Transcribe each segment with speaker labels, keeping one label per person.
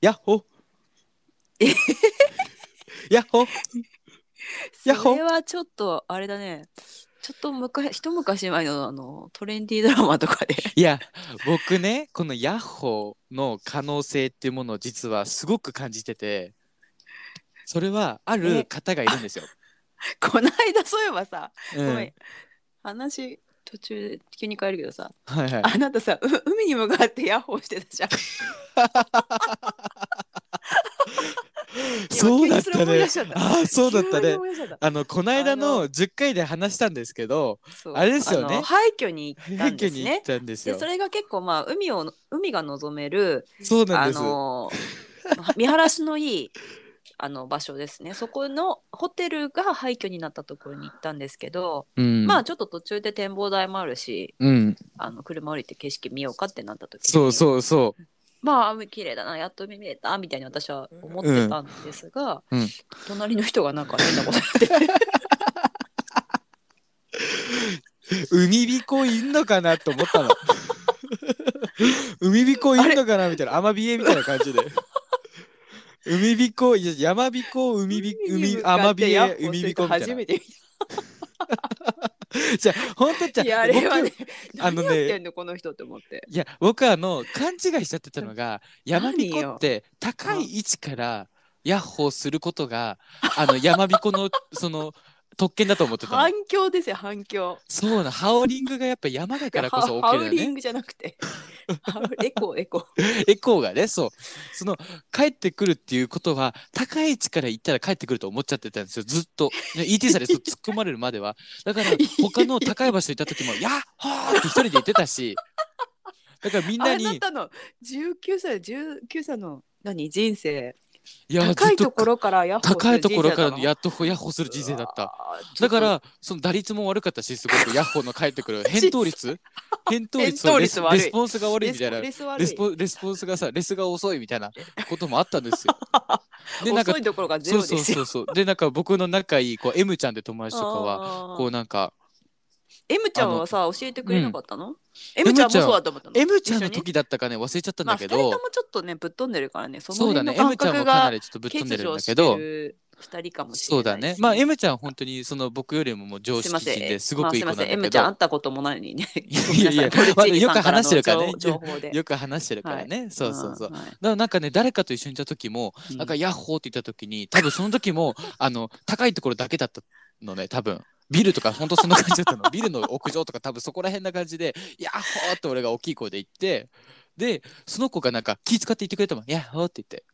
Speaker 1: やっ ほやっほやっほ
Speaker 2: それはちょっとあれだねちょっと昔一昔前のあのトレンディードラマとかで
Speaker 1: いや僕ねこのヤッホーの可能性っていうものを実はすごく感じててそれはある方がいるんですよ。
Speaker 2: この間そういえばさ、
Speaker 1: うん
Speaker 2: ご
Speaker 1: は
Speaker 2: めん
Speaker 1: い
Speaker 2: 話途中で急に変えるけどさ、
Speaker 1: はい、
Speaker 2: あなたさう海に向かってヤッホーしてたじゃ ん
Speaker 1: そうだった
Speaker 2: 今急にそれ思
Speaker 1: ね
Speaker 2: い出しちゃっ。た
Speaker 1: ああそうだった
Speaker 2: 急に
Speaker 1: ね。
Speaker 2: 思い出しちゃった
Speaker 1: あのこの間
Speaker 2: あ
Speaker 1: の10回で話したんですけど
Speaker 2: そう
Speaker 1: あれですよね
Speaker 2: あの廃墟に行った
Speaker 1: 廃
Speaker 2: んで
Speaker 1: 墟
Speaker 2: す
Speaker 1: に行っ
Speaker 2: ね
Speaker 1: たんです
Speaker 2: で
Speaker 1: よ。
Speaker 2: それが結構まあ海を海が望める
Speaker 1: そうなん
Speaker 2: あ
Speaker 1: です。
Speaker 2: のー 見晴らしのいいあの場所ですねそこのホテルが廃墟になったところに行ったんですけど、
Speaker 1: うん、
Speaker 2: まあちょっと途中で展望台もあるし
Speaker 1: うん、
Speaker 2: あの車降りて景色見ようかってなった時に
Speaker 1: そう
Speaker 2: う
Speaker 1: そうそ
Speaker 2: まあ海綺麗だなやっと見れたみたいに私は思ってたんですが、
Speaker 1: うんうん
Speaker 2: 隣の人がなんか変なことやって
Speaker 1: う海彦いんのかなと思った の海彦いんのかなみたいなアマビエみたいな感じで海彦いや山彦海彦海アマビエ海彦みたい
Speaker 2: 初
Speaker 1: な
Speaker 2: めて見
Speaker 1: じゃあ本当じ
Speaker 2: た
Speaker 1: ゃ
Speaker 2: いやあれはね
Speaker 1: 僕あの
Speaker 2: 何
Speaker 1: ね
Speaker 2: やってんのこの人って思って
Speaker 1: いや僕あの勘違いしちゃってたのが山
Speaker 2: 何よ
Speaker 1: 彦って高い位置からヤッホーすることがあの山彦のその特権だと思ってた
Speaker 2: 反
Speaker 1: の
Speaker 2: 響ですよ反響
Speaker 1: そうなのハウリングがやっぱ山だからこそ OK
Speaker 2: ハ
Speaker 1: だ
Speaker 2: ウ
Speaker 1: よ
Speaker 2: リン
Speaker 1: ね
Speaker 2: グじゃなく てハウエコーエコー
Speaker 1: エコーがねそうその帰ってくるっていうことは高い位置から行ったら帰ってくると思っちゃってたんですよずっと ET さんにそう突っ込まれるまではだ から他の高い場所行った時も「ヤッホー!」って一人で言ってたしだからみん
Speaker 2: あ
Speaker 1: な
Speaker 2: れなっ
Speaker 1: に
Speaker 2: たの19歳19歳の何人生
Speaker 1: いや
Speaker 2: 高い
Speaker 1: ずっ
Speaker 2: ところからヤッホー
Speaker 1: 高いところから
Speaker 2: の
Speaker 1: のやっとほやっほする人生だった。だ
Speaker 2: だ
Speaker 1: か
Speaker 2: から
Speaker 1: らその打率も悪かったしすごくヤッホーの返ってくる返答率返答率
Speaker 2: 返
Speaker 1: と
Speaker 2: 答
Speaker 1: レ
Speaker 2: 率
Speaker 1: ス
Speaker 2: 悪い
Speaker 1: レスポンスが悪い
Speaker 2: レ
Speaker 1: みたいな
Speaker 2: スレス悪
Speaker 1: レ
Speaker 2: い
Speaker 1: スポレスポンスがさレスが遅いみたいなこともあったんです よ。でなんか
Speaker 2: 遅いところがゼ
Speaker 1: そう
Speaker 2: ロ
Speaker 1: そ
Speaker 2: で
Speaker 1: う
Speaker 2: す
Speaker 1: そう
Speaker 2: よ
Speaker 1: そうでなんか僕の仲いいこう M ちゃんって友達とかは
Speaker 2: は
Speaker 1: こうなんか
Speaker 2: M ちゃんはさ教えてくれなかったの M
Speaker 1: M
Speaker 2: ち
Speaker 1: ち
Speaker 2: ゃ
Speaker 1: ゃ
Speaker 2: ん
Speaker 1: ん
Speaker 2: もそうだと思ったの
Speaker 1: M ちゃんの
Speaker 2: 一緒に
Speaker 1: 時だったかね忘れちゃったん
Speaker 2: まあ
Speaker 1: だ
Speaker 2: 2
Speaker 1: け
Speaker 2: 人と
Speaker 1: ど
Speaker 2: もちょっとねぶっ飛んでるからねそ
Speaker 1: そ
Speaker 2: の
Speaker 1: うだ
Speaker 2: 辺の
Speaker 1: ね M
Speaker 2: 感
Speaker 1: ちゃんも
Speaker 2: 覚
Speaker 1: かな
Speaker 2: が
Speaker 1: りちょっとぶっ飛
Speaker 2: 欠
Speaker 1: んでるん
Speaker 2: 如
Speaker 1: だ
Speaker 2: して
Speaker 1: けど
Speaker 2: る2人かもし
Speaker 1: そ
Speaker 2: れな
Speaker 1: う
Speaker 2: いで
Speaker 1: だ
Speaker 2: す
Speaker 1: ねまあ M ちゃん本当にその僕よりももう常
Speaker 2: すい
Speaker 1: 識
Speaker 2: ま
Speaker 1: 人
Speaker 2: せんえ
Speaker 1: ですごくいい子なんだ
Speaker 2: まあ、すいません M
Speaker 1: け
Speaker 2: ちゃん
Speaker 1: ど
Speaker 2: 会ったこともないのにね
Speaker 1: いやいや
Speaker 2: ご
Speaker 1: まあ
Speaker 2: めんなさポルチーニ
Speaker 1: よく
Speaker 2: さんからの
Speaker 1: 話してるから ね
Speaker 2: 情情報で
Speaker 1: よく話してるからね、 そうそうそう。だか
Speaker 2: んはい
Speaker 1: らなんかね誰かと一緒にいた時も、なんか「ヤッホー」って言った時に多分その時 もあの高いところだけだったのね多分ビルとか本当そんな感じだった のビルの屋上とか多分そこら辺な感じで「ヤッホー」って俺が大きい声で言ってでその子がなんか気遣って言ってくれたもん「ヤッホー」って言って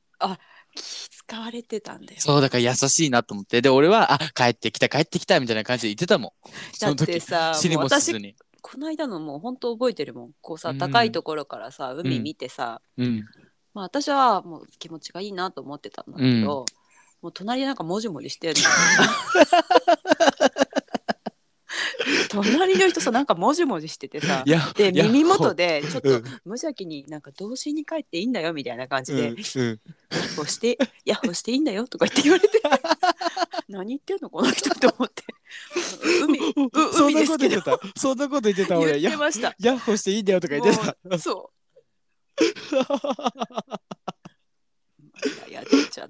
Speaker 2: 気使われてたんだよ
Speaker 1: そうだから優しいなと思ってで俺は「あ帰ってきた帰ってきた」みたいな感じで言ってたもんそ
Speaker 2: だっ
Speaker 1: の
Speaker 2: て
Speaker 1: 時
Speaker 2: さ
Speaker 1: 知り
Speaker 2: もう
Speaker 1: もせず
Speaker 2: 私
Speaker 1: に。
Speaker 2: この間のもう本当覚えてるもんこうさ
Speaker 1: うん
Speaker 2: 高いところからさ海見てさ、
Speaker 1: うん、
Speaker 2: まあ、私はもう気持ちがいいなと思ってたんだけど、もう隣でなんかもじも じしてるの隣の人さなんかもじもじしててさ
Speaker 1: や
Speaker 2: で
Speaker 1: ヤッホー
Speaker 2: 耳元でちょっ
Speaker 1: う
Speaker 2: と
Speaker 1: ん
Speaker 2: 無邪気になんか童心に帰っていいんだよみたいな感じ
Speaker 1: うん
Speaker 2: で
Speaker 1: うん
Speaker 2: 「押していや押していいんだよ」とか言って言わ れて何言ってんのこの人って思って海う
Speaker 1: そんな
Speaker 2: 海で
Speaker 1: こと
Speaker 2: すけ
Speaker 1: 言って
Speaker 2: ど
Speaker 1: たそんなこと言ってた
Speaker 2: 言
Speaker 1: 俺
Speaker 2: って
Speaker 1: ヤ
Speaker 2: ました
Speaker 1: ヤッホーしていいんだよとか言ってた
Speaker 2: もうそういややっちゃっ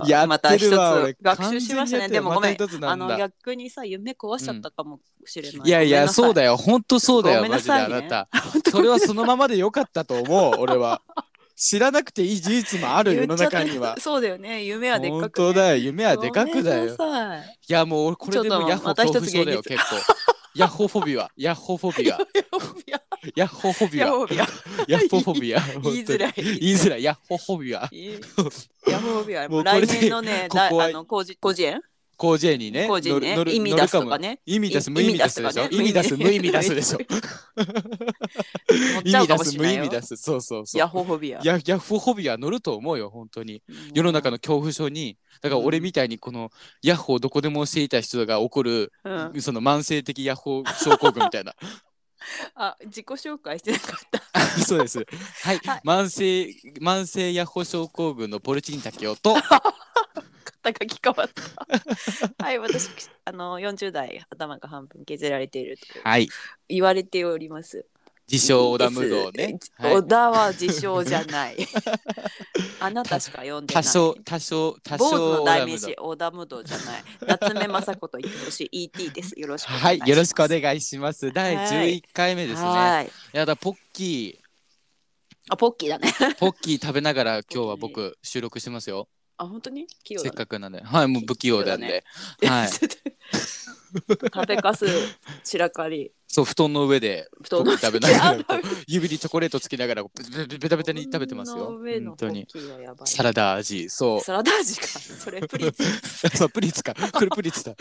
Speaker 2: たい
Speaker 1: や
Speaker 2: ま
Speaker 1: ったて
Speaker 2: 一つ
Speaker 1: るわ俺
Speaker 2: 学習しました
Speaker 1: 完全にやって
Speaker 2: ね
Speaker 1: る
Speaker 2: でもごめん
Speaker 1: また一つなんだ
Speaker 2: あの逆にさ夢壊しちゃったかもしれない、
Speaker 1: いやいや、そうだよ。ほんとそうだ
Speaker 2: ご
Speaker 1: よ、
Speaker 2: めん
Speaker 1: マ
Speaker 2: な
Speaker 1: ジで
Speaker 2: さ
Speaker 1: あ
Speaker 2: いね
Speaker 1: なた。それはそのままでよかったと思う、俺は。知らなくていい事実もあ
Speaker 2: あ
Speaker 1: る、世の中には。
Speaker 2: そうだよね夢はでっかく、ね、
Speaker 1: 本当だよ、夢はでかくだ
Speaker 2: ごめんな
Speaker 1: よ。
Speaker 2: さい
Speaker 1: いや、もう俺これで
Speaker 2: ちょっ
Speaker 1: も
Speaker 2: と
Speaker 1: ヤッホー
Speaker 2: また一つ
Speaker 1: 恐怖症だよ、
Speaker 2: 現
Speaker 1: 結構。ヤッホーフォビア、ヤッホーフォビア、ヤッホ ーフォビ
Speaker 2: ヤ
Speaker 1: ア、
Speaker 2: ホービア
Speaker 1: ヤッホーフォビア。
Speaker 2: 言いづらい
Speaker 1: 本当に言いづらい、ヤッホーフォビア。
Speaker 2: ヤホービアも
Speaker 1: も
Speaker 2: う
Speaker 1: うこ
Speaker 2: 来
Speaker 1: れで
Speaker 2: 年のね
Speaker 1: ここは
Speaker 2: だあの工事工事園
Speaker 1: コージェにね、
Speaker 2: 工事園ね
Speaker 1: 乗る乗る
Speaker 2: 意味出すとかね
Speaker 1: 乗るも意味出す、
Speaker 2: い
Speaker 1: 無意味出すでしょ。意味出
Speaker 2: 意味出す
Speaker 1: す、
Speaker 2: とかね
Speaker 1: 無意味出すでしょ。
Speaker 2: 乗っ
Speaker 1: 意
Speaker 2: ちゃう
Speaker 1: 味
Speaker 2: か
Speaker 1: 出
Speaker 2: も
Speaker 1: す、
Speaker 2: し
Speaker 1: 無
Speaker 2: れ
Speaker 1: 意
Speaker 2: ない
Speaker 1: 味
Speaker 2: よ
Speaker 1: 出す。そうそうそう
Speaker 2: ヤ。ホービア
Speaker 1: ヤヤッホーホビア乗ると思うよ、本当に。世の中の恐怖症に、だから俺みたいにこのヤッホーどこでもしていた人が起こる、
Speaker 2: うん
Speaker 1: その慢性的ヤッホー症候群みたい な。
Speaker 2: あ自己紹介してなかった
Speaker 1: そうです。はい、慢性慢性ヤッホー症候群のポルチーニ竹雄 と、
Speaker 2: 肩書き 変わった。はい、私、あの、40代、頭が半分削られていると
Speaker 1: はい、
Speaker 2: 言われております。
Speaker 1: 自称織田無道ね。はい
Speaker 2: 織田は自称じゃ ない。あなたしか読んでな
Speaker 1: 多
Speaker 2: い。
Speaker 1: 少、多少、多
Speaker 2: 坊主
Speaker 1: 少
Speaker 2: の
Speaker 1: 織田無
Speaker 2: 代名
Speaker 1: 道
Speaker 2: 詞、。織田無道じゃない。夏目雅子と言ってほしい ET です。よろしくお願いします。
Speaker 1: はい、よろしくお
Speaker 2: い
Speaker 1: 願いします。第
Speaker 2: はい
Speaker 1: 11回目ですね。
Speaker 2: はい。
Speaker 1: いやだ、ポッキ
Speaker 2: あ、ポッキーだね。
Speaker 1: ー、ポッキー食べながら今日は僕収録してますよ。
Speaker 2: あ、本当に器用
Speaker 1: せっ
Speaker 2: だね。
Speaker 1: かくなんで。はい、もう不器用なんで。 はい
Speaker 2: 食べかす、散らかり、
Speaker 1: そう、布団の上で
Speaker 2: 布
Speaker 1: ポ
Speaker 2: 団
Speaker 1: ッキ
Speaker 2: の
Speaker 1: ー食べながら、こう指にチョコレートつきながら、こうベタベタベタに食べてますよ。
Speaker 2: 布団の上の
Speaker 1: 本当に。
Speaker 2: ポッキーはやばい
Speaker 1: サラダ味、そう。
Speaker 2: サラダ味か。それプリンス。
Speaker 1: そうプリッツかこれプリッツだ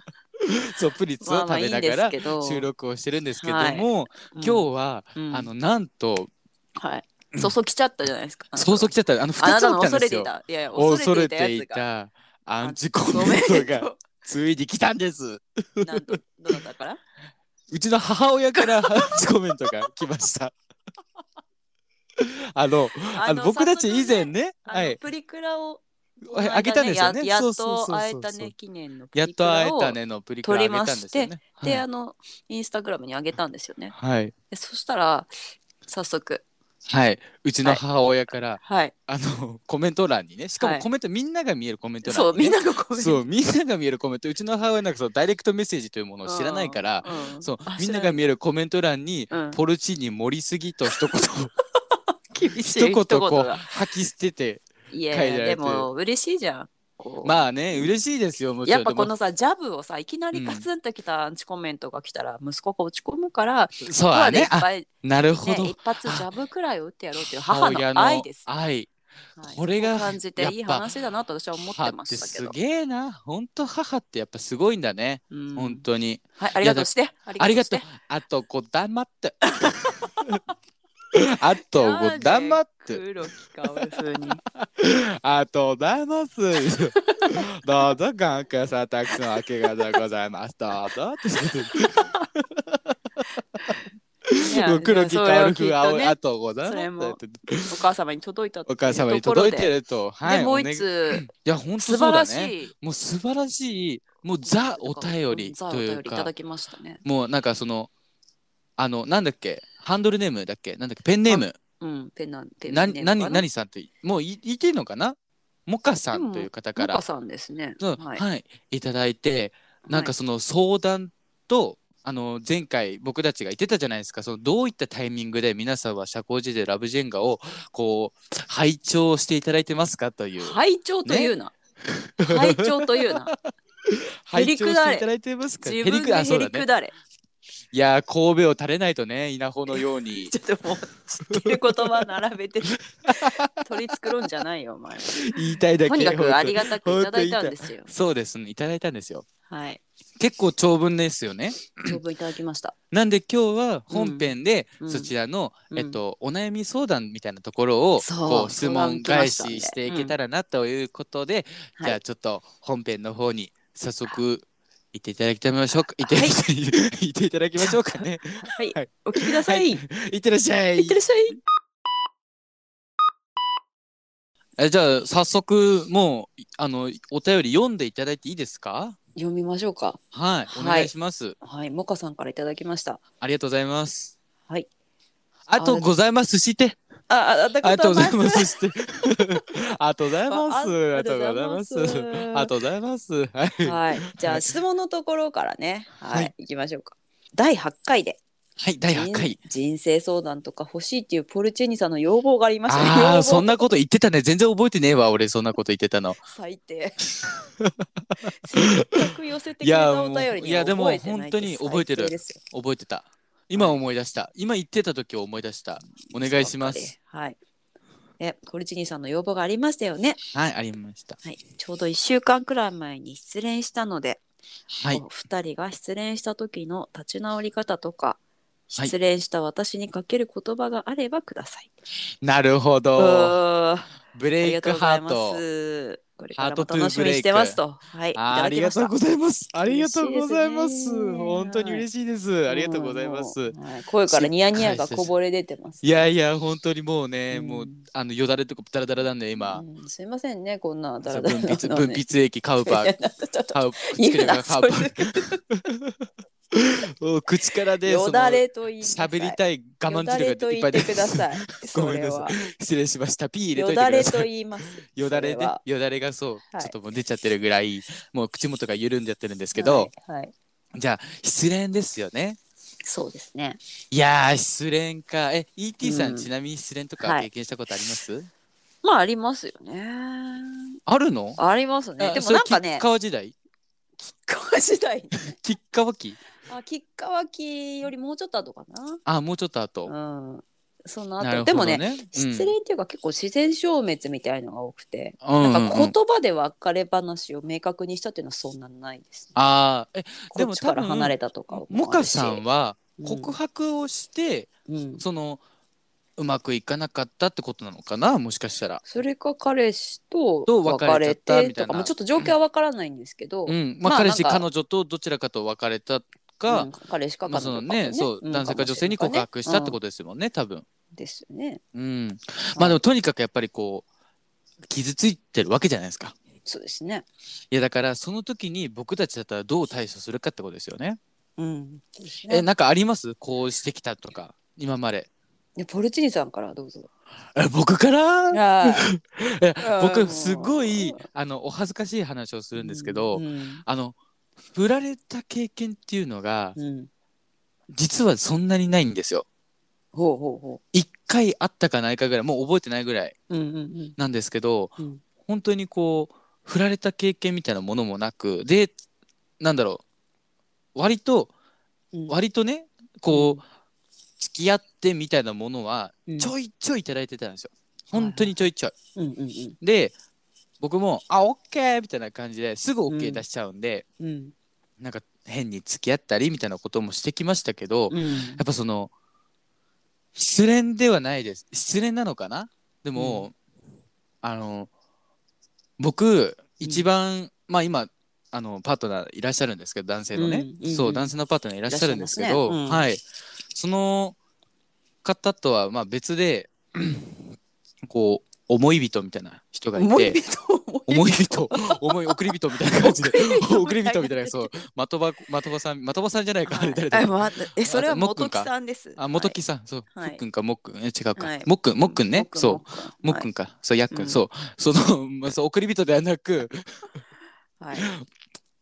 Speaker 1: そうプリッツを
Speaker 2: まあ
Speaker 1: 食
Speaker 2: まあい
Speaker 1: べ
Speaker 2: いん
Speaker 1: な
Speaker 2: で
Speaker 1: が
Speaker 2: す
Speaker 1: ら
Speaker 2: けど。
Speaker 1: 収録をしてるんですけども、
Speaker 2: はい
Speaker 1: 今日は、
Speaker 2: うん
Speaker 1: あのなんと
Speaker 2: はい。そそきちゃったじゃないですか。
Speaker 1: 想像来ちゃったあの
Speaker 2: あ
Speaker 1: 2
Speaker 2: な
Speaker 1: つ
Speaker 2: た
Speaker 1: あ
Speaker 2: の
Speaker 1: った
Speaker 2: 恐
Speaker 1: んで
Speaker 2: れ
Speaker 1: す
Speaker 2: てい
Speaker 1: よ
Speaker 2: た。いやいや、
Speaker 1: 恐
Speaker 2: 恐
Speaker 1: れ
Speaker 2: れて
Speaker 1: て
Speaker 2: い
Speaker 1: い
Speaker 2: たや
Speaker 1: たアンチ
Speaker 2: つ
Speaker 1: コ
Speaker 2: が。
Speaker 1: メ
Speaker 2: ごめ
Speaker 1: ン
Speaker 2: ん
Speaker 1: トが
Speaker 2: と。
Speaker 1: ついに来たんです
Speaker 2: なんと、どなたから
Speaker 1: うちの母親からアンチコメントが来ま したあのあの僕たち以前。ね
Speaker 2: 早速ねあ
Speaker 1: は
Speaker 2: の
Speaker 1: い
Speaker 2: プリクラを。
Speaker 1: ああげたんですよね
Speaker 2: ややっ
Speaker 1: そうそう
Speaker 2: と
Speaker 1: そうそう
Speaker 2: 会えたね記念のプ
Speaker 1: やっ
Speaker 2: リク
Speaker 1: と
Speaker 2: ラを。
Speaker 1: 会えた。ねのプリクラあげたんですよね
Speaker 2: で、
Speaker 1: は
Speaker 2: あ
Speaker 1: い
Speaker 2: の、インスタグラムにあげたんですよね。
Speaker 1: はい、
Speaker 2: でそしたら、早速、
Speaker 1: はい、うちの母親から、
Speaker 2: はい。
Speaker 1: あのコメント欄にねしか
Speaker 2: は
Speaker 1: も
Speaker 2: い
Speaker 1: コメント、みんなが見えるコメント欄
Speaker 2: そう、
Speaker 1: にね
Speaker 2: みんながコメン
Speaker 1: そ
Speaker 2: ト。
Speaker 1: うみんなが見えるコメントうちの母親なんかそうダイレクトメッセージというものを知らないから、
Speaker 2: うん
Speaker 1: そう
Speaker 2: あ
Speaker 1: みんな
Speaker 2: 知ら
Speaker 1: が見えるコメント欄に、
Speaker 2: うん
Speaker 1: ポルチーニ盛りすぎと一言
Speaker 2: 厳
Speaker 1: 一
Speaker 2: しい
Speaker 1: 言
Speaker 2: 一
Speaker 1: こ
Speaker 2: 言
Speaker 1: う
Speaker 2: が
Speaker 1: 吐き捨てて書
Speaker 2: い
Speaker 1: いて
Speaker 2: や
Speaker 1: ある
Speaker 2: でも嬉しいじゃんこう
Speaker 1: まあね嬉しいですよもちろ
Speaker 2: や
Speaker 1: ん
Speaker 2: っぱ
Speaker 1: で
Speaker 2: こ
Speaker 1: も
Speaker 2: のさジャブをさいきなりガツンときたアンチコメントが来たら、息子が落ち込むから
Speaker 1: そうだね
Speaker 2: ここまでいっ
Speaker 1: なる
Speaker 2: ぱ
Speaker 1: ほ
Speaker 2: い、
Speaker 1: ど、
Speaker 2: ね、一発ジャブくらいを打ってやろうっていう
Speaker 1: 母
Speaker 2: 母
Speaker 1: 親
Speaker 2: の
Speaker 1: の
Speaker 2: 愛です、
Speaker 1: 愛
Speaker 2: はい
Speaker 1: これが
Speaker 2: そ感じていい
Speaker 1: やっぱ
Speaker 2: 話だなと私は思って
Speaker 1: 母
Speaker 2: ま
Speaker 1: って
Speaker 2: したけ
Speaker 1: す
Speaker 2: ど、
Speaker 1: げえな本当母ってやっぱすごいんだね、
Speaker 2: うん
Speaker 1: 本当に
Speaker 2: はいありがとうして
Speaker 1: ありが
Speaker 2: し
Speaker 1: と
Speaker 2: て
Speaker 1: う。あと、こう、黙って。 あと、こう、黙って。
Speaker 2: 黒木薫風に
Speaker 1: あと、黙す。どうぞ、感覚さ、たくさん明け方でございます。どうぞ。
Speaker 2: いや
Speaker 1: 黒木薫風、
Speaker 2: いやそれをきっと
Speaker 1: 青い、
Speaker 2: ね
Speaker 1: あと、ござ
Speaker 2: そ
Speaker 1: い
Speaker 2: れ
Speaker 1: ま
Speaker 2: も
Speaker 1: す。
Speaker 2: お母様に届いたって
Speaker 1: お
Speaker 2: いうところ
Speaker 1: 母
Speaker 2: で
Speaker 1: 様に届いてると。はい。
Speaker 2: でもう
Speaker 1: お願い
Speaker 2: 一つ
Speaker 1: いや、本当
Speaker 2: 素
Speaker 1: そうだ
Speaker 2: 晴ら
Speaker 1: ね。
Speaker 2: しい
Speaker 1: もう素晴らしい、もうザお便
Speaker 2: うん
Speaker 1: り
Speaker 2: ザお
Speaker 1: とい
Speaker 2: 便
Speaker 1: う
Speaker 2: りいた
Speaker 1: か
Speaker 2: だ、きましたね。
Speaker 1: もうなんかその、あの、なんだっけ、ハンドルネームだっけ、なんだっけ、ペンネーム。
Speaker 2: うん、ペンナンペン
Speaker 1: な
Speaker 2: ペンネームか
Speaker 1: 何何さんってもうい言っていいのかなモカさんという方か
Speaker 2: モ
Speaker 1: ら
Speaker 2: カさんですね。
Speaker 1: うん
Speaker 2: はい。
Speaker 1: はい、いただいてなんかその相談とあの前回僕たちが言ってたじゃないですかそのどういったタイミングで皆さんは社交辞令ラブジェンガをこう拝聴していただいてますかという
Speaker 2: 拝聴というな。拝聴というな。
Speaker 1: 拝
Speaker 2: へり
Speaker 1: 聴
Speaker 2: く
Speaker 1: し
Speaker 2: だ
Speaker 1: て
Speaker 2: れ
Speaker 1: いただいてますか
Speaker 2: 自分
Speaker 1: く
Speaker 2: で
Speaker 1: あそ
Speaker 2: へ
Speaker 1: うだ
Speaker 2: り
Speaker 1: ね
Speaker 2: くだれ。
Speaker 1: いやー神戸を垂れないとね稲穂のよう に
Speaker 2: ちょっともう知ってる言葉並 べて取り繕うんじゃないよ、お前。
Speaker 1: 言いたいだけ
Speaker 2: とにか
Speaker 1: 本当
Speaker 2: くありがたくいただいたんですよ。
Speaker 1: そうですねいただいたんですよ
Speaker 2: はい。
Speaker 1: 結構長文ですよね
Speaker 2: 長文いただきました。
Speaker 1: なんで今日は本編で
Speaker 2: うん
Speaker 1: そちらの、
Speaker 2: うん
Speaker 1: えっと、お悩み相談みたいなところを
Speaker 2: そう
Speaker 1: こう質問返
Speaker 2: 相談来ま
Speaker 1: し
Speaker 2: したんで
Speaker 1: していけたらなということで、
Speaker 2: うん
Speaker 1: じゃ
Speaker 2: は
Speaker 1: あちょっと本編の方に早速行っていただきましょうか行って,、
Speaker 2: はい
Speaker 1: 行っていただきましょうか ね
Speaker 2: はい
Speaker 1: はい。
Speaker 2: お聞きください。い
Speaker 1: 行ってらっしゃい
Speaker 2: ってらっしゃい。
Speaker 1: えじゃあ早速もうあのお便り読んでいただいていいですか
Speaker 2: 読みましょうか。
Speaker 1: はい
Speaker 2: はい
Speaker 1: お願いします、
Speaker 2: はい。モカさんからいただきました。
Speaker 1: ありがとうございます
Speaker 2: はい
Speaker 1: あとございますして
Speaker 2: あ、あ、あた。
Speaker 1: ありがとうございますす。してありがとうございます。あ
Speaker 2: あ
Speaker 1: りがとうございます。ありがとうございます。はい。は
Speaker 2: はい、じゃ
Speaker 1: は
Speaker 2: あ
Speaker 1: い
Speaker 2: 質問のところからね、はい、
Speaker 1: はい
Speaker 2: い、行きましょうか。第8回で
Speaker 1: い、第8回。
Speaker 2: 人人生相談とか欲しいっていうポルチェニさんの要望がありましたね。
Speaker 1: あ
Speaker 2: 要
Speaker 1: あ、
Speaker 2: 望
Speaker 1: そんなこと言ってたね。全然覚えてねえわ、俺、そんなこと言ってたの。
Speaker 2: 最 低。せっかく寄せてくれたお便り
Speaker 1: いや
Speaker 2: に
Speaker 1: もう
Speaker 2: 覚えてない
Speaker 1: いやでも本
Speaker 2: って最低すよ。
Speaker 1: 当に覚えてる覚えてた。今思い出した。今言ってた時を思い出した。お願いします。
Speaker 2: はい。ね、ポルチェニさんの要望がありましたよね。
Speaker 1: はい、ありました。
Speaker 2: はい、ちょうど1週間くらい前に失恋したので、
Speaker 1: はい
Speaker 2: お。二人が失恋した時の立ち直り方とか
Speaker 1: はい
Speaker 2: 失恋した私にかける言葉があればください。
Speaker 1: なるほど。
Speaker 2: あ
Speaker 1: ブ
Speaker 2: り
Speaker 1: レイ
Speaker 2: が
Speaker 1: ク
Speaker 2: とうござ
Speaker 1: ハ
Speaker 2: い
Speaker 1: ー
Speaker 2: ま
Speaker 1: ト。
Speaker 2: す。これ
Speaker 1: ハ
Speaker 2: か
Speaker 1: ー
Speaker 2: ら
Speaker 1: ト
Speaker 2: も
Speaker 1: トゥー
Speaker 2: 楽しみにしてますと。はい、い
Speaker 1: あー
Speaker 2: た
Speaker 1: あ
Speaker 2: だ
Speaker 1: り
Speaker 2: き
Speaker 1: が
Speaker 2: まし
Speaker 1: とう
Speaker 2: た
Speaker 1: ご。ざいます。ありがとうございま
Speaker 2: 嬉しい
Speaker 1: す。
Speaker 2: ですね
Speaker 1: 本当に嬉しい です。ありがとうございます。
Speaker 2: もう。はい声からニヤニヤがこぼれ出てます。
Speaker 1: いやいや、本当にもうね、
Speaker 2: うん
Speaker 1: もう、あの、よだれとかダラダラなんで、今
Speaker 2: う。んすいませんね、こんなだ
Speaker 1: そう
Speaker 2: らだら
Speaker 1: 分
Speaker 2: な
Speaker 1: 泌、
Speaker 2: のね
Speaker 1: 分泌液、カウパ
Speaker 2: いや
Speaker 1: ー、
Speaker 2: ちょっと
Speaker 1: カウ、
Speaker 2: 言う
Speaker 1: カ
Speaker 2: なそ
Speaker 1: ウパ
Speaker 2: ういう
Speaker 1: ー。うん口からで
Speaker 2: よ
Speaker 1: その
Speaker 2: だれと言いなさい
Speaker 1: 喋りたい我慢
Speaker 2: よだ
Speaker 1: 汁
Speaker 2: れ
Speaker 1: が
Speaker 2: と
Speaker 1: いっ
Speaker 2: 言
Speaker 1: ぱ
Speaker 2: っ
Speaker 1: い出て
Speaker 2: てく
Speaker 1: きま
Speaker 2: だ
Speaker 1: す
Speaker 2: さい。
Speaker 1: ご
Speaker 2: そ
Speaker 1: めん
Speaker 2: れ
Speaker 1: なさ
Speaker 2: は。
Speaker 1: 失礼しました。ピー入れといて
Speaker 2: よだ
Speaker 1: くだ
Speaker 2: れ
Speaker 1: さ
Speaker 2: と
Speaker 1: い。
Speaker 2: 言います。
Speaker 1: よだれ
Speaker 2: それ
Speaker 1: で
Speaker 2: は、
Speaker 1: よだれがそう、
Speaker 2: はい
Speaker 1: ちょっともう出ちゃってるぐらい、もう口元が緩んじゃってるんですけど、
Speaker 2: はい。はい
Speaker 1: じゃあ、失恋ですよね。
Speaker 2: そうですね。
Speaker 1: いやー、失恋か。え、ET さん、
Speaker 2: うん
Speaker 1: ちなみに失恋と
Speaker 2: は
Speaker 1: か
Speaker 2: い
Speaker 1: 経験したことあります、
Speaker 2: まあありますよね。
Speaker 1: あるの
Speaker 2: ありますね。でもなんかね
Speaker 1: 吉、川時代
Speaker 2: 吉川時代。
Speaker 1: 吉川期
Speaker 2: あ、吉川期よりもうちょっと後かな。
Speaker 1: あ、もうちょっと後。
Speaker 2: うん。その
Speaker 1: なる
Speaker 2: 後。
Speaker 1: ほど
Speaker 2: でもね、、
Speaker 1: うん
Speaker 2: 失恋っていうか結構自然消滅みたいのが多くて、
Speaker 1: うん
Speaker 2: なんか
Speaker 1: うんう
Speaker 2: 言
Speaker 1: ん
Speaker 2: 葉で別れ話を明確にしたっていうのはそんなないですね。
Speaker 1: あーえ、
Speaker 2: こ
Speaker 1: で
Speaker 2: っ
Speaker 1: も
Speaker 2: ちから
Speaker 1: 多分
Speaker 2: 離れたとかも
Speaker 1: モ
Speaker 2: あ
Speaker 1: カ
Speaker 2: るし
Speaker 1: さんは
Speaker 2: うん
Speaker 1: 告白をして、
Speaker 2: うん、
Speaker 1: その、うまくいかなかったってことなのかなもしかしたら。
Speaker 2: それか彼氏と
Speaker 1: と
Speaker 2: 別
Speaker 1: 別
Speaker 2: れ
Speaker 1: れちゃった
Speaker 2: て
Speaker 1: みた
Speaker 2: と
Speaker 1: いな
Speaker 2: かもうちょっと状況はわからないんですけど、
Speaker 1: うん。まあ、
Speaker 2: まあ
Speaker 1: 彼氏、
Speaker 2: なんか
Speaker 1: 彼女とどちらかと別れた
Speaker 2: う
Speaker 1: か
Speaker 2: ん、彼氏か
Speaker 1: ま
Speaker 2: 彼
Speaker 1: あ、そ
Speaker 2: 女
Speaker 1: の
Speaker 2: かも
Speaker 1: ね、そう、
Speaker 2: ん、
Speaker 1: 男性か女性に告白したってこととですもんね、多分。
Speaker 2: うんですよね。
Speaker 1: うん。まあでもとにかくやっぱりこう、傷ついてるわけじゃないですか。
Speaker 2: そうですね。
Speaker 1: いやだからその時に僕たちだったらどう対処するかってことですよね。
Speaker 2: うん、そうです
Speaker 1: え、
Speaker 2: ね
Speaker 1: なんかありますこうしてきたとか、今まで。
Speaker 2: でポルチーニさんからどうぞ。
Speaker 1: え、僕から
Speaker 2: あ
Speaker 1: え
Speaker 2: ー
Speaker 1: 僕すごい
Speaker 2: もう
Speaker 1: あのお恥ずかしい話をするんですけど、
Speaker 2: うん
Speaker 1: あの振られた経験っていうのが
Speaker 2: うん
Speaker 1: 実はそんなにないんですよ。
Speaker 2: ほうほうほ。
Speaker 1: 一回あったかないかぐらいもう覚えてないぐらいう
Speaker 2: うんうんうん
Speaker 1: なんですけど、
Speaker 2: うん
Speaker 1: 本当にこう振られた経験みたいなものもなくでなんだろう割と
Speaker 2: うん
Speaker 1: 割とねこう付き合ってみたいなものは
Speaker 2: うん
Speaker 1: ちょいちょいいただいてたんですよ
Speaker 2: はい
Speaker 1: 本当にちょいちょい。
Speaker 2: うんうんうん
Speaker 1: で僕も「あオッケー!」みたいな感じですぐオッケー出しちゃうんで、
Speaker 2: うん
Speaker 1: なんか変に付き合ったりみたいなこともしてきましたけど、や
Speaker 2: うん
Speaker 1: っぱその失恋ではないです失恋なのかなでも、あの僕一番、まあ今あのパートナーいらっしゃるんですけど男性のね、
Speaker 2: うんうん
Speaker 1: そううん男性のパートナーいらっしゃるんですけ
Speaker 2: いらっし
Speaker 1: ど
Speaker 2: ゃいますねうん
Speaker 1: はい、その方とはまあ別で こう思い人みたいな人がい
Speaker 2: 思い
Speaker 1: て。
Speaker 2: 人
Speaker 1: 思い人、思い送り人みたいな感じで、
Speaker 2: 送
Speaker 1: 送
Speaker 2: り
Speaker 1: り
Speaker 2: 人
Speaker 1: 人
Speaker 2: み
Speaker 1: みたい
Speaker 2: たいな
Speaker 1: な、 そう、的場、的場さん、的場さんじゃないか、あれ誰
Speaker 2: はい
Speaker 1: だ
Speaker 2: あわかったえそれは
Speaker 1: もっく
Speaker 2: 元
Speaker 1: んか
Speaker 2: 木さんです。
Speaker 1: あ、元木さん、そう、
Speaker 2: はい
Speaker 1: ふっくんか、もっくん、え違うか
Speaker 2: はい、
Speaker 1: もっくん、もっくん
Speaker 2: も
Speaker 1: ね
Speaker 2: っ、くん
Speaker 1: そう、もっくんか、そう、やっ
Speaker 2: う
Speaker 1: く
Speaker 2: ん
Speaker 1: ん、そう、その、 まあそう、送り人ではなく、
Speaker 2: はい。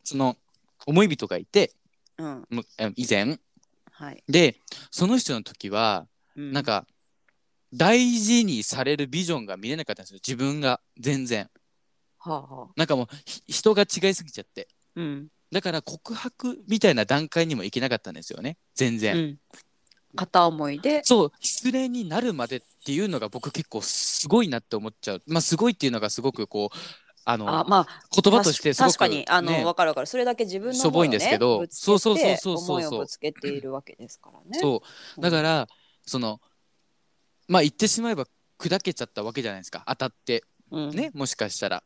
Speaker 1: その、思い人がいて、
Speaker 2: うん。
Speaker 1: むえ以前、
Speaker 2: はい。
Speaker 1: で、その人の時は、
Speaker 2: な
Speaker 1: なん、か、大事にされるビジョンが見れなかったんですよ、自分が、全然。
Speaker 2: はあはあ。
Speaker 1: なんかもう、ひ人が違いすぎちゃって。
Speaker 2: うん。
Speaker 1: だから告白みたいな段階にも行けなかったんですよね全
Speaker 2: う
Speaker 1: 然、
Speaker 2: ん。片思いで。
Speaker 1: そう失恋になるまでっていうのが僕結構すごいなって思っちゃうまあすごいっていうのがすごくこうあの
Speaker 2: あ、まあ、
Speaker 1: 言葉としてすごく、
Speaker 2: 確かに、あの、
Speaker 1: ね
Speaker 2: わかるわかる。それだけ自分の
Speaker 1: しょぼいんですけど
Speaker 2: 思いをねぶつけて
Speaker 1: そうそうそうそうそうそう
Speaker 2: 思いをぶつけているわけですからね。
Speaker 1: そううんだから、そのまあ言ってしまえば砕けちゃったわけじゃないですか当たって
Speaker 2: うん。
Speaker 1: ね、もしかしたら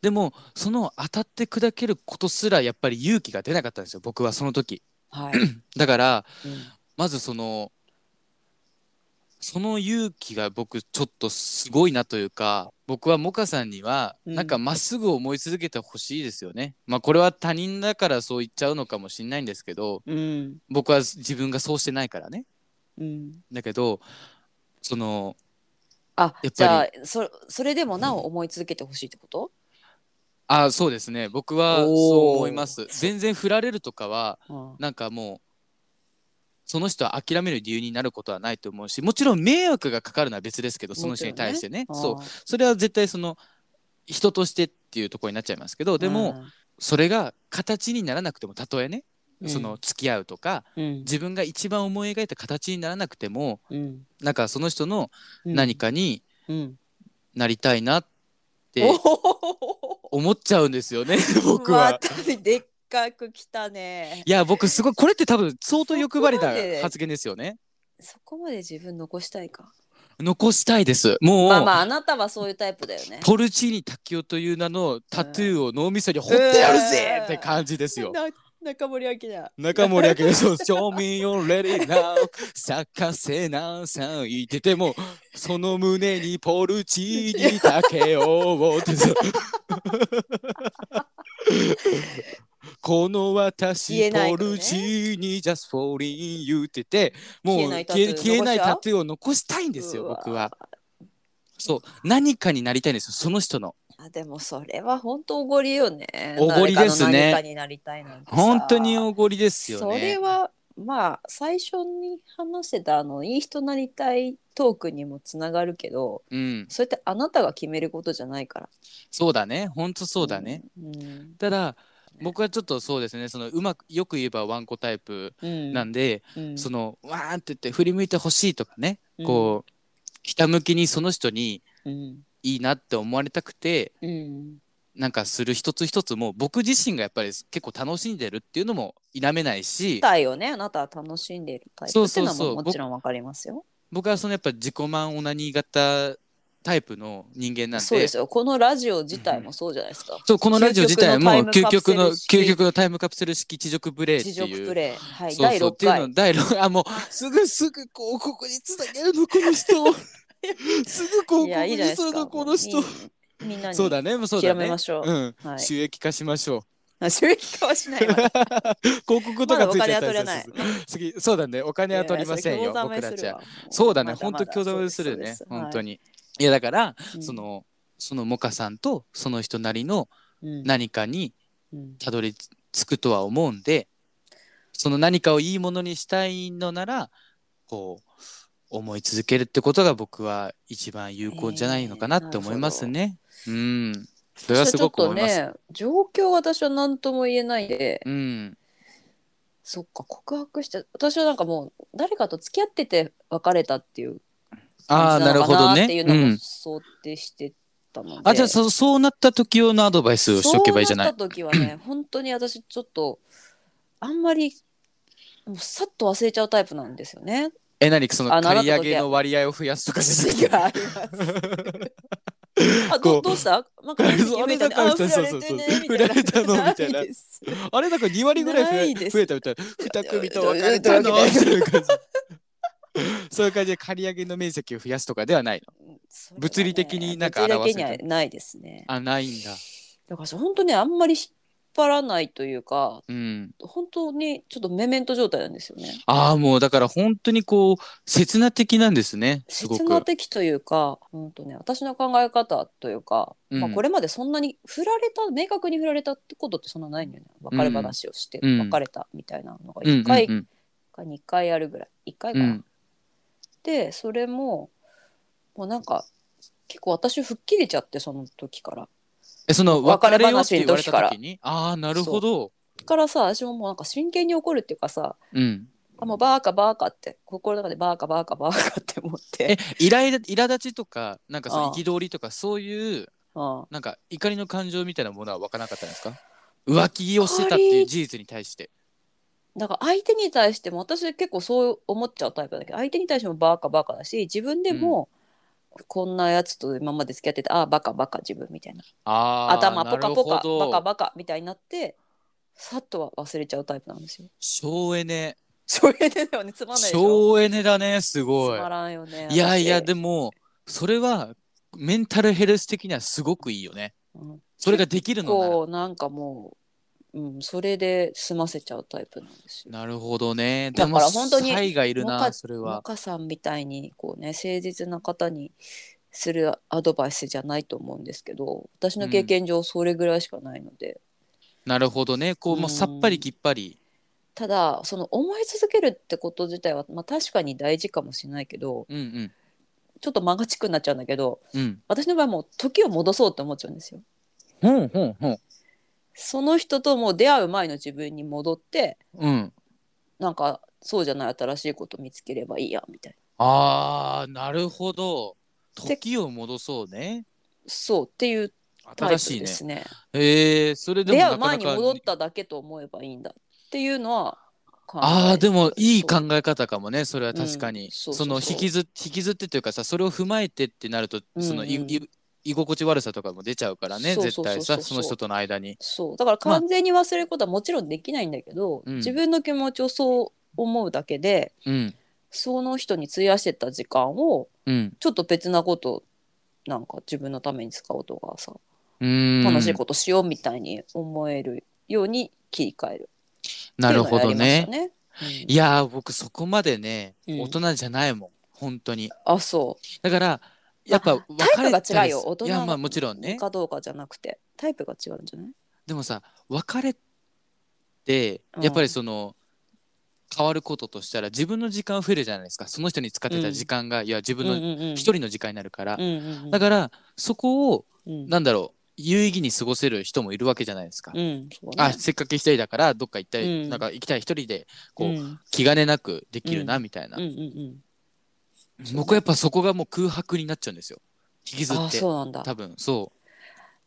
Speaker 1: でもその当たって砕けることすらやっぱり勇気が出なかったんですよ僕はその時
Speaker 2: はい。うん
Speaker 1: だからまずそのその勇気が僕ちょっとすごいなというか僕はモカさんには
Speaker 2: うん
Speaker 1: なんかまっすぐ思い続けてほしいですよね、まあこれは他人だからそう言っちゃうのかもしれないんですけど
Speaker 2: うん。
Speaker 1: 僕は自分がそうしてないからね
Speaker 2: うん。
Speaker 1: だけどその
Speaker 2: あ
Speaker 1: り、
Speaker 2: じゃあ、そ、それでもなお思い続けてほしいってこと
Speaker 1: あそうですね僕は
Speaker 2: おー
Speaker 1: そう思います全然振られるとかは
Speaker 2: うん。
Speaker 1: なんかもうその人は諦める理由になることはないと思うしもちろん迷惑がかかるのは別ですけどその人に対してねそう
Speaker 2: あー。
Speaker 1: それは絶対その人としてっていうところになっちゃいますけどでも、それが形にならなくてもたとえね、
Speaker 2: うん
Speaker 1: その、付き合うとか
Speaker 2: うん。
Speaker 1: 自分が一番思い描いた形にならなくても
Speaker 2: うん
Speaker 1: なんかその人の
Speaker 2: うん
Speaker 1: 何かに
Speaker 2: うん。
Speaker 1: なりたいなって
Speaker 2: おー
Speaker 1: 思っちゃうんです よね、僕
Speaker 2: ま
Speaker 1: は。
Speaker 2: たでっかく来たね。
Speaker 1: いや僕すごいこれって多分相当欲張り
Speaker 2: そこまで
Speaker 1: な発言ですよね。
Speaker 2: そこまで自分残したいか。
Speaker 1: 残したいです。もう、
Speaker 2: まあまああなたはそういうタイプだよね。
Speaker 1: ポルチーニ卓球という名のタトゥーを脳みそに掘ってやるぜって感じですよ。
Speaker 2: な中森明だ。
Speaker 1: 中森明菜そう「正面をレディーナウ咲かせなさい」っててもその胸にポルチーニだけをってさこの
Speaker 2: 言
Speaker 1: 私、
Speaker 2: えない
Speaker 1: ポ
Speaker 2: よね
Speaker 1: ルチーニ、just falling in you って言って、もう
Speaker 2: 消えないタト
Speaker 1: 消え消
Speaker 2: ゥー残しちゃう
Speaker 1: えないタトゥーを残したいんですよ、
Speaker 2: うわ
Speaker 1: 僕は。そう、何かになりたいんですよ、その人の。
Speaker 2: あでもそれは本当おごりよね。
Speaker 1: おごりですね
Speaker 2: 誰かの何かになりたいなんてさ
Speaker 1: 本当におごりですよ
Speaker 2: それ
Speaker 1: ね。
Speaker 2: はまあ最初に話してたあのいい人なりたいトークにもつながるけど
Speaker 1: うん、
Speaker 2: それってあなたが決めることじゃないから
Speaker 1: そうだね、本当そうだね。
Speaker 2: うん
Speaker 1: ただ、僕はちょっとそうですね、そのうまく、よく言えばワンコタイプ
Speaker 2: うん
Speaker 1: なんで、
Speaker 2: うん
Speaker 1: その、わーんって言って振り向いてほしいとかね、こう、ひたむきにその人に
Speaker 2: うん
Speaker 1: いいなって思われたくて、
Speaker 2: うん
Speaker 1: なんかする一つ一つも僕自身がやっぱり結構楽しんでるっていうのも否めないし
Speaker 2: タイをねあなたは楽しんでいるタイプ
Speaker 1: そう
Speaker 2: ってい
Speaker 1: そう
Speaker 2: う
Speaker 1: そ
Speaker 2: の
Speaker 1: う
Speaker 2: ももちろんわかりますよ
Speaker 1: 僕はそのやっぱ自己満オナニー型タイプの人間なんで
Speaker 2: そうですよこのラジオ自体もそうじゃないですか、
Speaker 1: そうこのラジオ自体も究極
Speaker 2: 究極
Speaker 1: の
Speaker 2: の
Speaker 1: 究極のタイムカプセル式地獄ブレーって
Speaker 2: 地上
Speaker 1: いう。
Speaker 2: プレイ、はい、
Speaker 1: そう
Speaker 2: 第
Speaker 1: そうっ
Speaker 2: 6
Speaker 1: ていう
Speaker 2: 回
Speaker 1: の第六あもうすぐすぐ広告につなげるのこの人 すぐ広告
Speaker 2: いやいいじゃな
Speaker 1: に
Speaker 2: いですす
Speaker 1: る
Speaker 2: か
Speaker 1: のこの人
Speaker 2: もういいみんなに
Speaker 1: そうだねもうそうだ
Speaker 2: 諦め
Speaker 1: ね
Speaker 2: ましょう
Speaker 1: うん、
Speaker 2: はい
Speaker 1: 収益化しま しょう
Speaker 2: あ収益化はしな いわ
Speaker 1: 広告と
Speaker 2: ま
Speaker 1: かつ
Speaker 2: だお
Speaker 1: いて
Speaker 2: 金
Speaker 1: やっ
Speaker 2: は
Speaker 1: た
Speaker 2: 取
Speaker 1: り
Speaker 2: ら
Speaker 1: す
Speaker 2: ない
Speaker 1: る次そうだねお金は取りませんよ僕たちはそうだね、本当興ざめするね、本当
Speaker 2: に、
Speaker 1: に。いやだから、
Speaker 2: うん
Speaker 1: そ、のそのモカさんとその人なりの
Speaker 2: うん
Speaker 1: 何かに
Speaker 2: うん
Speaker 1: たどり着くとは思うんで、その何かをいいものにしたいのならこう思い続けるってことが僕は一番有効じゃないのかなって思いますね。うん、それはすごく思います。
Speaker 2: ちょっとね状況は私は何とも言えないで、
Speaker 1: うん、
Speaker 2: そっか告白して私はなんかもう誰かと付き合ってて別れたっていう
Speaker 1: ああ
Speaker 2: 感
Speaker 1: な
Speaker 2: じな
Speaker 1: る
Speaker 2: の
Speaker 1: ほ
Speaker 2: かな
Speaker 1: ど
Speaker 2: っ
Speaker 1: ね
Speaker 2: ていう。
Speaker 1: う
Speaker 2: のも
Speaker 1: ん、
Speaker 2: 想定してたので、
Speaker 1: あじゃあそそうなった時用のアドバイスをしとけばいいじゃない
Speaker 2: そう。なった時はね本当に私ちょっとあんまりもうさっと忘れちゃうタイプなんですよね。
Speaker 1: え何その
Speaker 2: あ
Speaker 1: 借り上
Speaker 2: 習った時
Speaker 1: げ
Speaker 2: は
Speaker 1: の割合を増やすとかじゃなくて
Speaker 2: 違いますあ
Speaker 1: こう
Speaker 2: どどうしたなんか
Speaker 1: そう
Speaker 2: 夢みたいな
Speaker 1: あ
Speaker 2: あ
Speaker 1: なた
Speaker 2: 振
Speaker 1: そ
Speaker 2: ら
Speaker 1: う
Speaker 2: れ
Speaker 1: そう
Speaker 2: て
Speaker 1: そう
Speaker 2: ね
Speaker 1: 振られたのみたいな
Speaker 2: ないです
Speaker 1: あれなんか2割ぐら
Speaker 2: ないい
Speaker 1: 増え
Speaker 2: です
Speaker 1: 増えたみたいな2組と別れ
Speaker 2: ど
Speaker 1: た
Speaker 2: ど
Speaker 1: の
Speaker 2: ど
Speaker 1: みたいな感じそういう感じで借り上げの面積を増やすとかではないの
Speaker 2: それはね
Speaker 1: 物理的になんか
Speaker 2: 物理
Speaker 1: 表
Speaker 2: 的
Speaker 1: せな
Speaker 2: に
Speaker 1: い
Speaker 2: はないですね。
Speaker 1: あないんだ
Speaker 2: だから本当ねあんまり引っ張らないというか
Speaker 1: うん
Speaker 2: 本当にちょっとメメント状態なんですよね。
Speaker 1: ああもうだから本当にこう刹那的なんですねすご
Speaker 2: 刹那
Speaker 1: く
Speaker 2: 的というか、本当ね、私の考え方というか、
Speaker 1: うん
Speaker 2: まあこれまでそんなに振られた明確に振られたってことってそんなないんだよね。別れ話をして、
Speaker 1: うん
Speaker 2: 別れたみたいなのが
Speaker 1: うんうん
Speaker 2: 1回
Speaker 1: うん
Speaker 2: か2回あるぐらい、1回か
Speaker 1: う
Speaker 2: な。
Speaker 1: ん
Speaker 2: でそれももうなんか結構私吹っ切れちゃってその時から。
Speaker 1: えその別
Speaker 2: 別れ
Speaker 1: れよって
Speaker 2: 話
Speaker 1: 言
Speaker 2: の
Speaker 1: われ
Speaker 2: 時か
Speaker 1: た
Speaker 2: ら
Speaker 1: 時にああなるほど
Speaker 2: からさ私ももうなんか真剣に怒るっていうかさ
Speaker 1: うん
Speaker 2: あもうバーカバーカって心の中でバーカバーカバーカって思っ
Speaker 1: え
Speaker 2: て、
Speaker 1: イライラ苛立ちとかなんかそ
Speaker 2: あ
Speaker 1: の
Speaker 2: あ
Speaker 1: 憤りとかそういう
Speaker 2: うん、
Speaker 1: なんか怒りの感情みたいなものは湧かなかったんですか浮気をしてたっていう事実に対して。
Speaker 2: だから相手に対しても私結構そう思っちゃうタイプだけど相手に対してもバカバカだし自分でもこんなやつと今まで付き合ってて、ああバカバカ自分みたいな
Speaker 1: あー
Speaker 2: 頭ポカポ
Speaker 1: なる
Speaker 2: カ
Speaker 1: ほど
Speaker 2: バカバカみたいになってさっとは忘れちゃうタイプなんですよ。
Speaker 1: 省エネ
Speaker 2: それででもねつまんないでしょ
Speaker 1: 省エネだねすごい
Speaker 2: つまらんよね。
Speaker 1: いやいや
Speaker 2: 私
Speaker 1: でもそれはメンタルヘルス的にはすごくいいよね
Speaker 2: うん
Speaker 1: それができるのなら
Speaker 2: こうなんかもう、うん、それで済ませちゃうタイプなんですよ。
Speaker 1: なるほどねで
Speaker 2: だ
Speaker 1: も
Speaker 2: から本当に
Speaker 1: 才がいる
Speaker 2: も
Speaker 1: な
Speaker 2: か
Speaker 1: それ
Speaker 2: モ
Speaker 1: は
Speaker 2: カさんみたいにこうね誠実な方にするアドバイスじゃないと思うんですけど私の経験上それぐらいしかないので、
Speaker 1: なるほどねこうもう
Speaker 2: うん
Speaker 1: さっぱりきっぱり
Speaker 2: ただその思い続けるってこと自体は、まあ、確かに大事かもしれないけど
Speaker 1: うんうん
Speaker 2: ちょっと間がちくになっちゃうんだけど
Speaker 1: うん
Speaker 2: 私の場合もう時を戻そうって思っちゃうんですよ。
Speaker 1: ほんほんほん
Speaker 2: その人ともう出会う前の自分に戻って
Speaker 1: うん
Speaker 2: なんかそうじゃない新しいこと見つければいいやみたいな。
Speaker 1: あーなるほど
Speaker 2: で
Speaker 1: 時を戻そうね
Speaker 2: そうっていうタイ
Speaker 1: 新しいね
Speaker 2: プですね。
Speaker 1: えー、それでも
Speaker 2: 出
Speaker 1: な
Speaker 2: 会
Speaker 1: か
Speaker 2: う
Speaker 1: なか
Speaker 2: 前に戻っただけと思えばいいんだっていうのは考え
Speaker 1: ああでもいい考
Speaker 2: そう
Speaker 1: え方かもねそれは確かに、
Speaker 2: うん
Speaker 1: そ
Speaker 2: そ
Speaker 1: う
Speaker 2: そうそう
Speaker 1: の引きず引きずってというかさそれを踏まえてってなるとそのい、
Speaker 2: うんうん
Speaker 1: い居心地悪さとかも出ちゃうからね
Speaker 2: そうそうそうそう
Speaker 1: 絶対さその人との間に
Speaker 2: そうだから完全に忘れることはもちろんできないんだけど、
Speaker 1: うん
Speaker 2: 自分の気持ちをそう思うだけで
Speaker 1: うん
Speaker 2: その人に費やしてた時間を
Speaker 1: うん
Speaker 2: ちょっと別なことなんか自分のために使おうとかさ
Speaker 1: うん
Speaker 2: 楽しいことしようみたいに思えるように切り替える。
Speaker 1: なるほどね
Speaker 2: っていう。のをやりましたね。うん
Speaker 1: いやー僕そこまでね、
Speaker 2: うん
Speaker 1: 大人じゃないもん本当に
Speaker 2: あそう
Speaker 1: だからやっぱ
Speaker 2: タイプが違うよ大人
Speaker 1: いやまあもちろんね
Speaker 2: かどうかじゃなくてタイプが違うんじゃない
Speaker 1: でもさ別れって
Speaker 2: うん
Speaker 1: やっぱりその、変わることとしたら自分の時間増えるじゃないですかその人に使ってた時間が、いや自分の一人の時間になるから、だ
Speaker 2: ら、
Speaker 1: からそこを
Speaker 2: うん
Speaker 1: なんだろう有意義に過ごせる人もいるわけじゃないですか、
Speaker 2: うんそうだ
Speaker 1: あ
Speaker 2: ね
Speaker 1: せっかく一人だからどっか行ったり、
Speaker 2: うん
Speaker 1: なんか行きたい一人でこう、
Speaker 2: うんうん
Speaker 1: 気兼ねなくできるなみたいな、
Speaker 2: うんうん
Speaker 1: 僕はやっぱそこがもう空白になっちゃうんですよ引きず
Speaker 2: あ
Speaker 1: っ
Speaker 2: あ
Speaker 1: て
Speaker 2: そうなんだ、
Speaker 1: 多分そ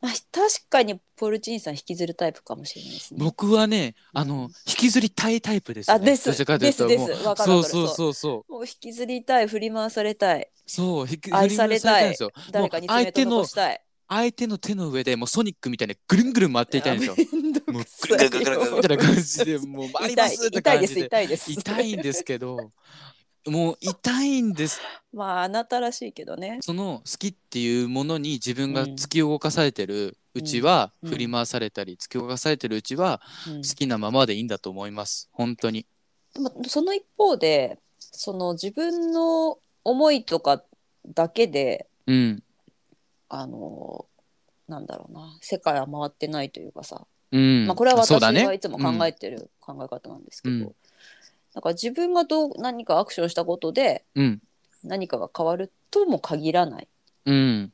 Speaker 2: まあ、 確かにポルチーニさん引きずるタイプかもしれないです
Speaker 1: う
Speaker 2: ね
Speaker 1: 僕はねあの引きずりたいタイプです、ね、
Speaker 2: あです
Speaker 1: どちらかとい
Speaker 2: で
Speaker 1: うと
Speaker 2: すで
Speaker 1: もう
Speaker 2: すわかる
Speaker 1: そ
Speaker 2: わ
Speaker 1: う
Speaker 2: かる
Speaker 1: そう
Speaker 2: そう
Speaker 1: そうそう
Speaker 2: もう引きずりたい振り回されたい
Speaker 1: そう引き
Speaker 2: 愛された
Speaker 1: 振り回さ
Speaker 2: い
Speaker 1: れですよ
Speaker 2: 誰かに爪と残したい
Speaker 1: 相手の手の上でもうソニックみたいにぐるんぐるん回っていたいんですよ
Speaker 2: あめんど
Speaker 1: もう
Speaker 2: くさ
Speaker 1: ぐる
Speaker 2: い
Speaker 1: ぐるぐるぐるみたいな感じでもう回りま
Speaker 2: 痛い
Speaker 1: すって
Speaker 2: 痛い
Speaker 1: 感
Speaker 2: で
Speaker 1: じ
Speaker 2: す
Speaker 1: で
Speaker 2: 痛いです
Speaker 1: 痛いんですけどもう痛いんです
Speaker 2: まああなたらしいけどね
Speaker 1: その好きっていうものに自分が
Speaker 2: うん
Speaker 1: 突き動かされてるうちは
Speaker 2: うん
Speaker 1: 振り回されたり突き動かされてるうちは
Speaker 2: うん
Speaker 1: 好きなままでいいんだと思います本当に
Speaker 2: でもその一方でその自分の思いとかだけで
Speaker 1: うん
Speaker 2: あのなんだろうな世界は回ってないというかさ、
Speaker 1: うん
Speaker 2: まあ、これは
Speaker 1: そう
Speaker 2: 私
Speaker 1: だね
Speaker 2: はいつも考
Speaker 1: うん
Speaker 2: えてる考え方なんですけど、
Speaker 1: うん
Speaker 2: だから自分がどう何かアクションしたことで
Speaker 1: うん
Speaker 2: 何かが変わるとも限らない
Speaker 1: うん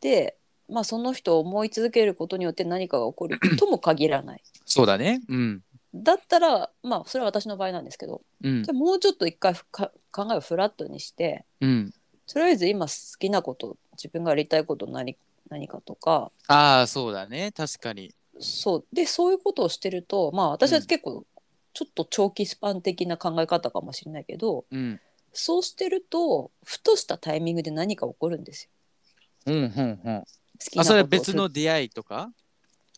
Speaker 2: で、まあ、その人を思い続けることによって何かが起こるとも限らない
Speaker 1: そうだねうん
Speaker 2: だったらまあそれは私の場合なんですけど
Speaker 1: うん
Speaker 2: じゃあもうちょっと一回ふか考えをフラットにして
Speaker 1: うん
Speaker 2: とりあえず今好きなこと自分がやりたいこと何何かとか
Speaker 1: ああそうだね確かに
Speaker 2: そうでそういうことをしてるとまあ私は
Speaker 1: うん
Speaker 2: 結構ちょっと長期スパン的な考え方かもしれないけど、
Speaker 1: うん
Speaker 2: そうしてるとふとしたタイミングで何か起こるんです
Speaker 1: う
Speaker 2: よ。
Speaker 1: んうんうん
Speaker 2: 好きな
Speaker 1: あ
Speaker 2: こと
Speaker 1: そ
Speaker 2: を
Speaker 1: れは別の出会いとか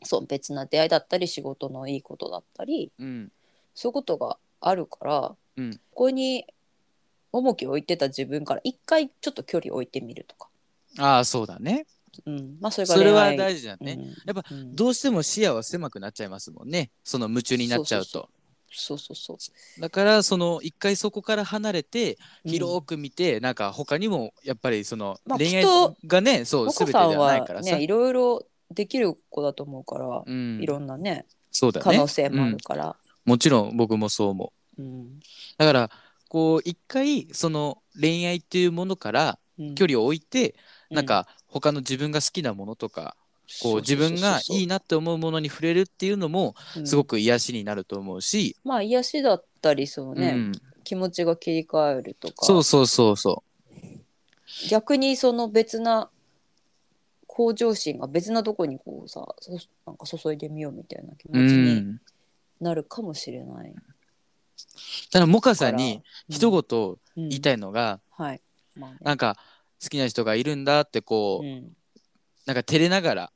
Speaker 2: そう別な出会いだったり仕事のいいことだったり
Speaker 1: うん
Speaker 2: そういうことがあるから、
Speaker 1: うん
Speaker 2: ここに重きを置いてた自分から一回ちょっと距離を置いてみるとか、
Speaker 1: ああそうだね
Speaker 2: うん、まあそれが
Speaker 1: それは
Speaker 2: 恋愛
Speaker 1: 大事だね
Speaker 2: うん
Speaker 1: やっぱ
Speaker 2: うん
Speaker 1: どうしても視野は狭くなっちゃいますもんねその夢中になっちゃうと
Speaker 2: そうそうそう
Speaker 1: だからその一回そこから離れて
Speaker 2: うん
Speaker 1: 広く見て、なんか他にもやっぱりその
Speaker 2: まあ
Speaker 1: 恋愛
Speaker 2: きっと
Speaker 1: がねそう
Speaker 2: モ
Speaker 1: 全て
Speaker 2: カ
Speaker 1: で
Speaker 2: さ
Speaker 1: は
Speaker 2: ん
Speaker 1: な
Speaker 2: はい
Speaker 1: からさ、
Speaker 2: ねいろいろできる子だと思うから、
Speaker 1: うん
Speaker 2: いろんなね
Speaker 1: そうだ
Speaker 2: 可
Speaker 1: ね
Speaker 2: 能性もあ
Speaker 1: うん
Speaker 2: るから、
Speaker 1: もちろん僕もそう思
Speaker 2: うん
Speaker 1: うだからこう一回その恋愛っていうものから
Speaker 2: うん
Speaker 1: 距離を置いて、
Speaker 2: うん
Speaker 1: なんか他の自分が好きなものとかこう
Speaker 2: そ
Speaker 1: 自
Speaker 2: そ
Speaker 1: 分が
Speaker 2: そう
Speaker 1: いいなって思うものに触れるっていうのも
Speaker 2: うん
Speaker 1: すごく癒しになると思うし、
Speaker 2: まあ癒しだったりそのね、
Speaker 1: うん、
Speaker 2: 気持ちが切り替えるとか
Speaker 1: そうそうそうそ
Speaker 2: 逆にその別な向上心が別なとこにこうさそなんか注いでみようみたいな気
Speaker 1: う、う
Speaker 2: 持ちに
Speaker 1: ん、
Speaker 2: なるかもしれない、
Speaker 1: ただモカ
Speaker 2: か
Speaker 1: さん
Speaker 2: ら
Speaker 1: に一言
Speaker 2: 言
Speaker 1: 言いた
Speaker 2: い、
Speaker 1: いのが、
Speaker 2: うんはい、まあね
Speaker 1: なんか好きな人がいるんだってこう、
Speaker 2: うん
Speaker 1: なんか照れながら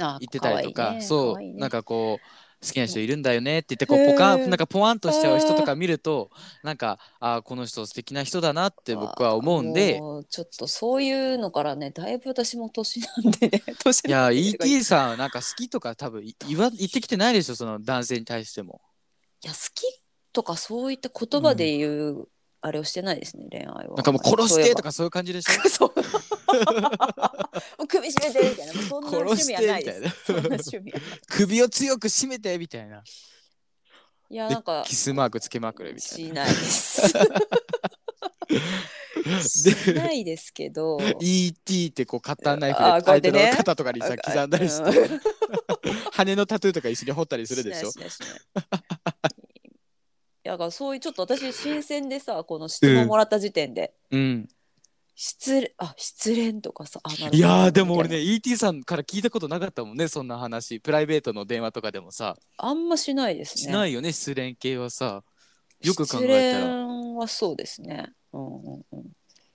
Speaker 2: あ
Speaker 1: 言ってたりとか
Speaker 2: 愛いね
Speaker 1: そう
Speaker 2: 可愛いね
Speaker 1: なんかこう好きな人いるんだよねって言ってこ
Speaker 2: へ
Speaker 1: う
Speaker 2: ー
Speaker 1: ポカンなんかポワンとしちゃう人とか見るとなんかあーこの人素敵な人だなって僕は思うんで
Speaker 2: もうちょっとそういうのからねだいぶ私も年なんでね年
Speaker 1: いや ET さんはなんか好きとか多分い言わ言ってきてないでしょその男性に対しても。
Speaker 2: いや好きとかそういった言葉で言う、あれをしてないですね恋愛は
Speaker 1: なんかもう殺してと
Speaker 2: か
Speaker 1: かそういう感じでしょ
Speaker 2: そうもう首絞めてみたいなもうそんな
Speaker 1: 殺
Speaker 2: 趣
Speaker 1: し
Speaker 2: 味
Speaker 1: て
Speaker 2: は
Speaker 1: みた
Speaker 2: ない
Speaker 1: い
Speaker 2: です
Speaker 1: な
Speaker 2: そんな趣味はない
Speaker 1: 首を強く絞めてみたいない
Speaker 2: や
Speaker 1: で
Speaker 2: なんか
Speaker 1: キスマークつけまくるみたいな
Speaker 2: しないですしないです けど
Speaker 1: ET ってこうカッターナイフで
Speaker 2: あーこうや
Speaker 1: 相
Speaker 2: っ
Speaker 1: 手
Speaker 2: て
Speaker 1: の
Speaker 2: ね
Speaker 1: 肩とかにさ刻んだりして
Speaker 2: うん
Speaker 1: 羽のタトゥーとか一緒に彫ったりするでしょ
Speaker 2: しないしないしないいやだからそういうちょっと私新鮮でさこの質問もらった時点で、
Speaker 1: うん、
Speaker 2: 失恋あ失恋とかさあなるほど
Speaker 1: いやーでも俺ね ET さんから聞いたことなかったもんねそんな話プライベートの電話とかでもさ
Speaker 2: あんましないですね
Speaker 1: しないよね失恋系はさよく考えたら
Speaker 2: 失恋はそうですねうんうんうんい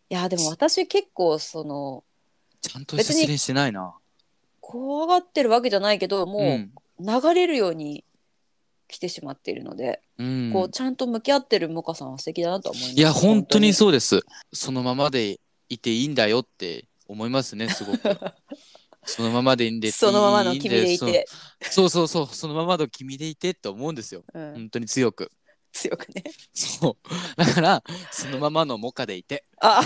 Speaker 2: やでも私結構その
Speaker 1: ちゃんとした失恋してないな
Speaker 2: 怖がってるわけじゃないけども
Speaker 1: ん
Speaker 2: う流れるように来てしまっているので、
Speaker 1: うん
Speaker 2: こうちゃんと向き合ってるモカさんは素敵だなとは思います
Speaker 1: いや本当に そうですそのままでいていいんだよって思いますねすごくそのままでいいんです
Speaker 2: そのままの君でいて、
Speaker 1: そうそうそうそうそのままの君でいてって思うんですよ
Speaker 2: うん
Speaker 1: 本当に強く
Speaker 2: 強くね
Speaker 1: そうだからそのままのモカでいて
Speaker 2: あ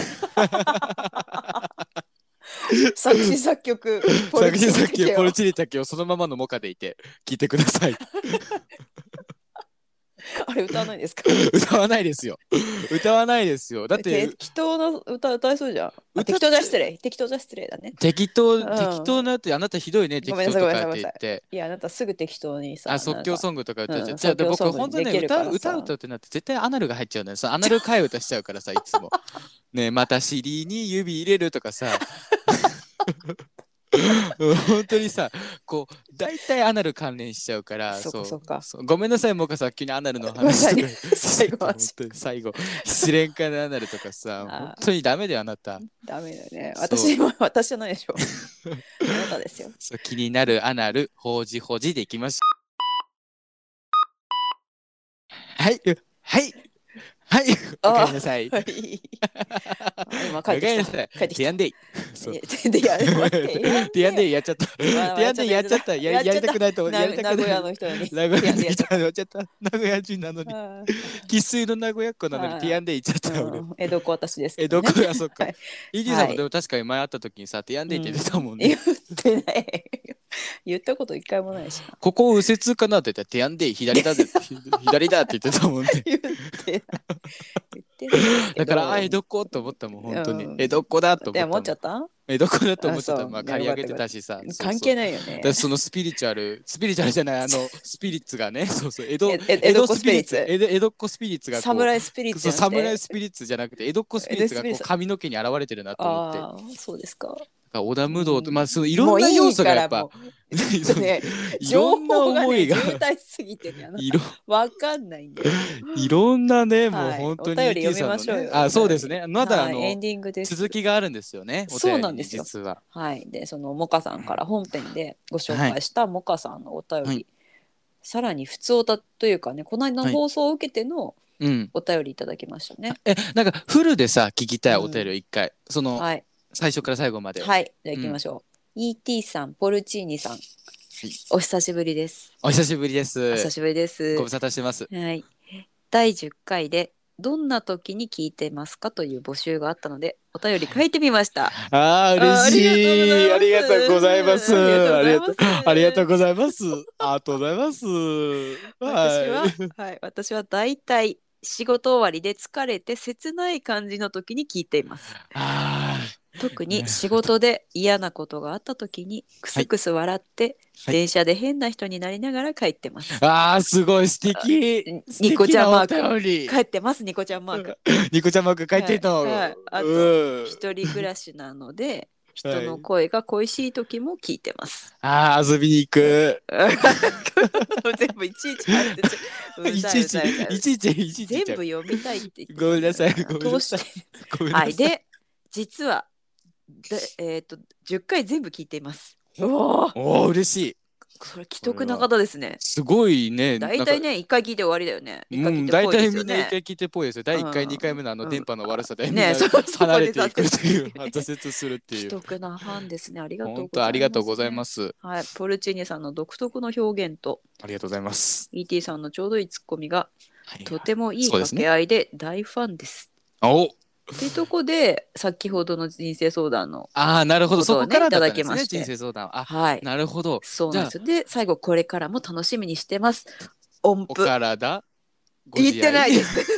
Speaker 2: 作詞作曲ポル
Speaker 1: 作品
Speaker 2: チーニ
Speaker 1: 作
Speaker 2: だけ
Speaker 1: 品
Speaker 2: を
Speaker 1: ポルチーニだけをそのままのモカでいて聞いてくだ さい
Speaker 2: あれ歌わないですか
Speaker 1: 歌わないですよ歌わないですよだって
Speaker 2: 適当な歌歌いそうじゃん
Speaker 1: 歌っ
Speaker 2: あ適当じゃ失礼適当じゃ失礼だね
Speaker 1: 適当、
Speaker 2: ん
Speaker 1: 適当なってあなたひどいね適
Speaker 2: ご
Speaker 1: 当
Speaker 2: めんな
Speaker 1: と
Speaker 2: さい
Speaker 1: か
Speaker 2: ご
Speaker 1: って
Speaker 2: めん
Speaker 1: 言
Speaker 2: な
Speaker 1: っ
Speaker 2: さ
Speaker 1: て
Speaker 2: いやあなたすぐ適当にさ
Speaker 1: あ即興ソングとか歌っちゃ
Speaker 2: う
Speaker 1: うんじゃあで僕
Speaker 2: 即興ソング
Speaker 1: 本当
Speaker 2: で
Speaker 1: ね
Speaker 2: きるから
Speaker 1: 歌
Speaker 2: さ
Speaker 1: 歌歌うってなって絶対アナルが入っちゃうのよそのアナル会話としちゃうからさいつ もねえまた尻に指入れるとかさ 本当にさこう大体アナル関連しちゃうから
Speaker 2: そうかそうか
Speaker 1: そうごめんなさいもかさ急にアナルの
Speaker 2: ごめんな
Speaker 1: 話
Speaker 2: さい
Speaker 1: と
Speaker 2: ね
Speaker 1: か
Speaker 2: 最後は
Speaker 1: 本当に最後失恋会のアナルとかさ
Speaker 2: あー
Speaker 1: 本当にダメだよあなた
Speaker 2: ダメだよね
Speaker 1: そう
Speaker 2: 私は 私じゃないでしょあなたで すよ
Speaker 1: そう気になるアナルほじほじでいきましょうはいはいはいおか
Speaker 2: あー
Speaker 1: えりな さい
Speaker 2: はいあ今
Speaker 1: お
Speaker 2: 帰
Speaker 1: か
Speaker 2: って
Speaker 1: えりな
Speaker 2: きた
Speaker 1: さい
Speaker 2: 帰って
Speaker 1: テ
Speaker 2: き
Speaker 1: ィ
Speaker 2: た
Speaker 1: アンデイ そう
Speaker 2: いやでやるわけ
Speaker 1: ティアンデイやっちゃったテ
Speaker 2: まあ
Speaker 1: ィアンデイやっちゃったや
Speaker 2: やっち
Speaker 1: や
Speaker 2: ゃった
Speaker 1: りたくないと
Speaker 2: な
Speaker 1: やりた
Speaker 2: 名
Speaker 1: く
Speaker 2: 古
Speaker 1: な
Speaker 2: 屋
Speaker 1: い
Speaker 2: の人に
Speaker 1: 名古
Speaker 2: ティ
Speaker 1: 屋
Speaker 2: アンデイやっちゃっ
Speaker 1: やっちゃった名古屋人なのに
Speaker 2: うん
Speaker 1: 生粋の名古屋っ子なのに
Speaker 2: はい
Speaker 1: ティアンデイ行っちゃった
Speaker 2: う
Speaker 1: 俺
Speaker 2: ん江戸っ子私です
Speaker 1: え
Speaker 2: け
Speaker 1: ど
Speaker 2: ど
Speaker 1: こ
Speaker 2: ね
Speaker 1: やそっか
Speaker 2: はい
Speaker 1: ED さん
Speaker 2: は
Speaker 1: も
Speaker 2: い
Speaker 1: でも確かに前会った時にさティアンデイって出たもんね
Speaker 2: 言ってない言ったこと一回もないしな
Speaker 1: ここ右折かなって言ったら、手やんで左だ ぜ、左だって言ってたもんね。
Speaker 2: 言ってない言ってないですけ
Speaker 1: だ
Speaker 2: ど
Speaker 1: から、あ、江戸っ子と思ったもん、本当に
Speaker 2: うん。
Speaker 1: 江戸っ子だと
Speaker 2: で
Speaker 1: 思
Speaker 2: も思
Speaker 1: っ
Speaker 2: っち
Speaker 1: たも
Speaker 2: ゃ
Speaker 1: ん。
Speaker 2: った
Speaker 1: 江戸っ子だと思っちゃっ
Speaker 2: あ
Speaker 1: た。
Speaker 2: そう
Speaker 1: まあ、刈り上げてたしさ。
Speaker 2: 関係
Speaker 1: ない。
Speaker 2: ないよね
Speaker 1: だからそのスピリチュアル、スピリチュアルじゃない、あ の、スピリッツがね、そうそう、江戸
Speaker 2: え、え江戸っ子スピリッ
Speaker 1: 江
Speaker 2: ツ
Speaker 1: 戸江戸っ子スピリッツがこう、
Speaker 2: 侍スピリッツ
Speaker 1: そう
Speaker 2: じゃなくて
Speaker 1: 侍スピリッツじゃなくて、江戸っ子スピリッツがこ
Speaker 2: 江戸
Speaker 1: う
Speaker 2: スピリッツ
Speaker 1: 髪の毛に現れてるなと思って。だか
Speaker 2: ああそうですから
Speaker 1: 織田無道と、
Speaker 2: うん
Speaker 1: まあ、そのいろんな要素がやっぱ
Speaker 2: も、ういいからもうちょっとね
Speaker 1: いろ
Speaker 2: 情
Speaker 1: んな
Speaker 2: 報が
Speaker 1: 思い
Speaker 2: ね
Speaker 1: が、
Speaker 2: 渋滞しすぎてねあの
Speaker 1: いろ
Speaker 2: わかんないんだよ
Speaker 1: いろんなね、もう
Speaker 2: はい
Speaker 1: 本当に、
Speaker 2: お便り
Speaker 1: ET さんの
Speaker 2: 読みましょうよ
Speaker 1: ねあ、そうですね。まだあ
Speaker 2: はい
Speaker 1: の、
Speaker 2: エンディングです
Speaker 1: 続きがあるんですよね。お
Speaker 2: そう
Speaker 1: 便り
Speaker 2: なん
Speaker 1: に
Speaker 2: ですよ
Speaker 1: 実は。
Speaker 2: はい、でそのモカさんから本編でご紹介したモカさんのお便り、
Speaker 1: はい
Speaker 2: さらに普通おたというかねこの間の放送を受けての
Speaker 1: うん。
Speaker 2: お便りいただきましたね。
Speaker 1: え、なんかフルでさ、聞きたいお便りを一回、その、
Speaker 2: はい、
Speaker 1: 最初から最後まで。
Speaker 2: はい、じゃあ行きましょう。E.T. さん、ポルチーニさん、お久しぶりです。
Speaker 1: お久しぶりです。
Speaker 2: お久しぶりです
Speaker 1: ご。無沙汰してます。
Speaker 2: はい、第10回でどんな時に聞いてますかという募集があったのでお便り書いてみました。
Speaker 1: ああ、嬉しい。ありがとうございます。ありがとう。ありがとう
Speaker 2: う
Speaker 1: ございます。ありがとうございます。
Speaker 2: 私は
Speaker 1: は、
Speaker 2: はい、私は大体仕事終わりで疲れて切ない感じの時に聞いています。
Speaker 1: い。は
Speaker 2: 特
Speaker 1: ね
Speaker 2: に仕事で嫌なことがあった時にクスクス笑って、
Speaker 1: はい
Speaker 2: 電車で変な人になりながら帰ってます。
Speaker 1: い。ああ、すごい素敵。素敵
Speaker 2: ニコちゃんマー
Speaker 1: なお
Speaker 2: ク
Speaker 1: 便り
Speaker 2: 帰ってますニコちゃんマ ーク。
Speaker 1: ニコちゃんマーク書いてた。
Speaker 2: はいはいあと
Speaker 1: うん
Speaker 2: 一人暮らしなので人の声が恋しい時も聞いて ます。
Speaker 1: ああ、遊びに行く。
Speaker 2: 全部いちいち入ってちゃう。う
Speaker 1: い
Speaker 2: ざ
Speaker 1: ち
Speaker 2: いう
Speaker 1: いち、
Speaker 2: ざいうざい
Speaker 1: いちいち、いちいち。
Speaker 2: 全部読みたいって言って
Speaker 1: ごめんなさいごめんなさい
Speaker 2: 通して
Speaker 1: ごめんなさ
Speaker 2: はいい、で、実は、でえっ、と、10回全部聞いています。おお、
Speaker 1: おお、嬉しい。
Speaker 2: それ、既得な方ですね。
Speaker 1: すごいね。
Speaker 2: 大
Speaker 1: なん
Speaker 2: 体
Speaker 1: か。
Speaker 2: ね、1回聞いて終わりだよね。一
Speaker 1: う
Speaker 2: 回聞
Speaker 1: ん、
Speaker 2: いて
Speaker 1: 大
Speaker 2: ぽいで
Speaker 1: 体
Speaker 2: すよ
Speaker 1: みんな
Speaker 2: ね
Speaker 1: 一回聞いてぽいですよ。第一回、
Speaker 2: うん
Speaker 1: 二回目のあ
Speaker 2: う
Speaker 1: の
Speaker 2: ん
Speaker 1: 電波の悪さで、
Speaker 2: ね
Speaker 1: みんな
Speaker 2: そうそう
Speaker 1: 離れていくという、
Speaker 2: そうです
Speaker 1: 挫折するってい
Speaker 2: 既
Speaker 1: う。
Speaker 2: 得なファンですね。ありがとうござい
Speaker 1: 本
Speaker 2: ます、
Speaker 1: 当ありがとうございます。
Speaker 2: はい、ポルチーニさんの独特の表現と、
Speaker 1: ありがとうございます。
Speaker 2: E.T. さんのちょうどいいツッコミが、
Speaker 1: はい
Speaker 2: とてもいい
Speaker 1: そうで
Speaker 2: 掛
Speaker 1: すね
Speaker 2: け合いで大ファンです。
Speaker 1: お、
Speaker 2: ってと こで、先ほどの人生相談の、
Speaker 1: ああ、なるほど。
Speaker 2: こと
Speaker 1: そ
Speaker 2: を
Speaker 1: こ
Speaker 2: ね
Speaker 1: からだったんで
Speaker 2: いただき
Speaker 1: す
Speaker 2: ま
Speaker 1: ね。
Speaker 2: して
Speaker 1: 人生相談。あ、
Speaker 2: はい、
Speaker 1: なるほど。
Speaker 2: そうなんですよ。で、最後、これからも楽しみにしてます。音
Speaker 1: お
Speaker 2: 符。
Speaker 1: 体。ご自
Speaker 2: 言
Speaker 1: 愛
Speaker 2: ってないです。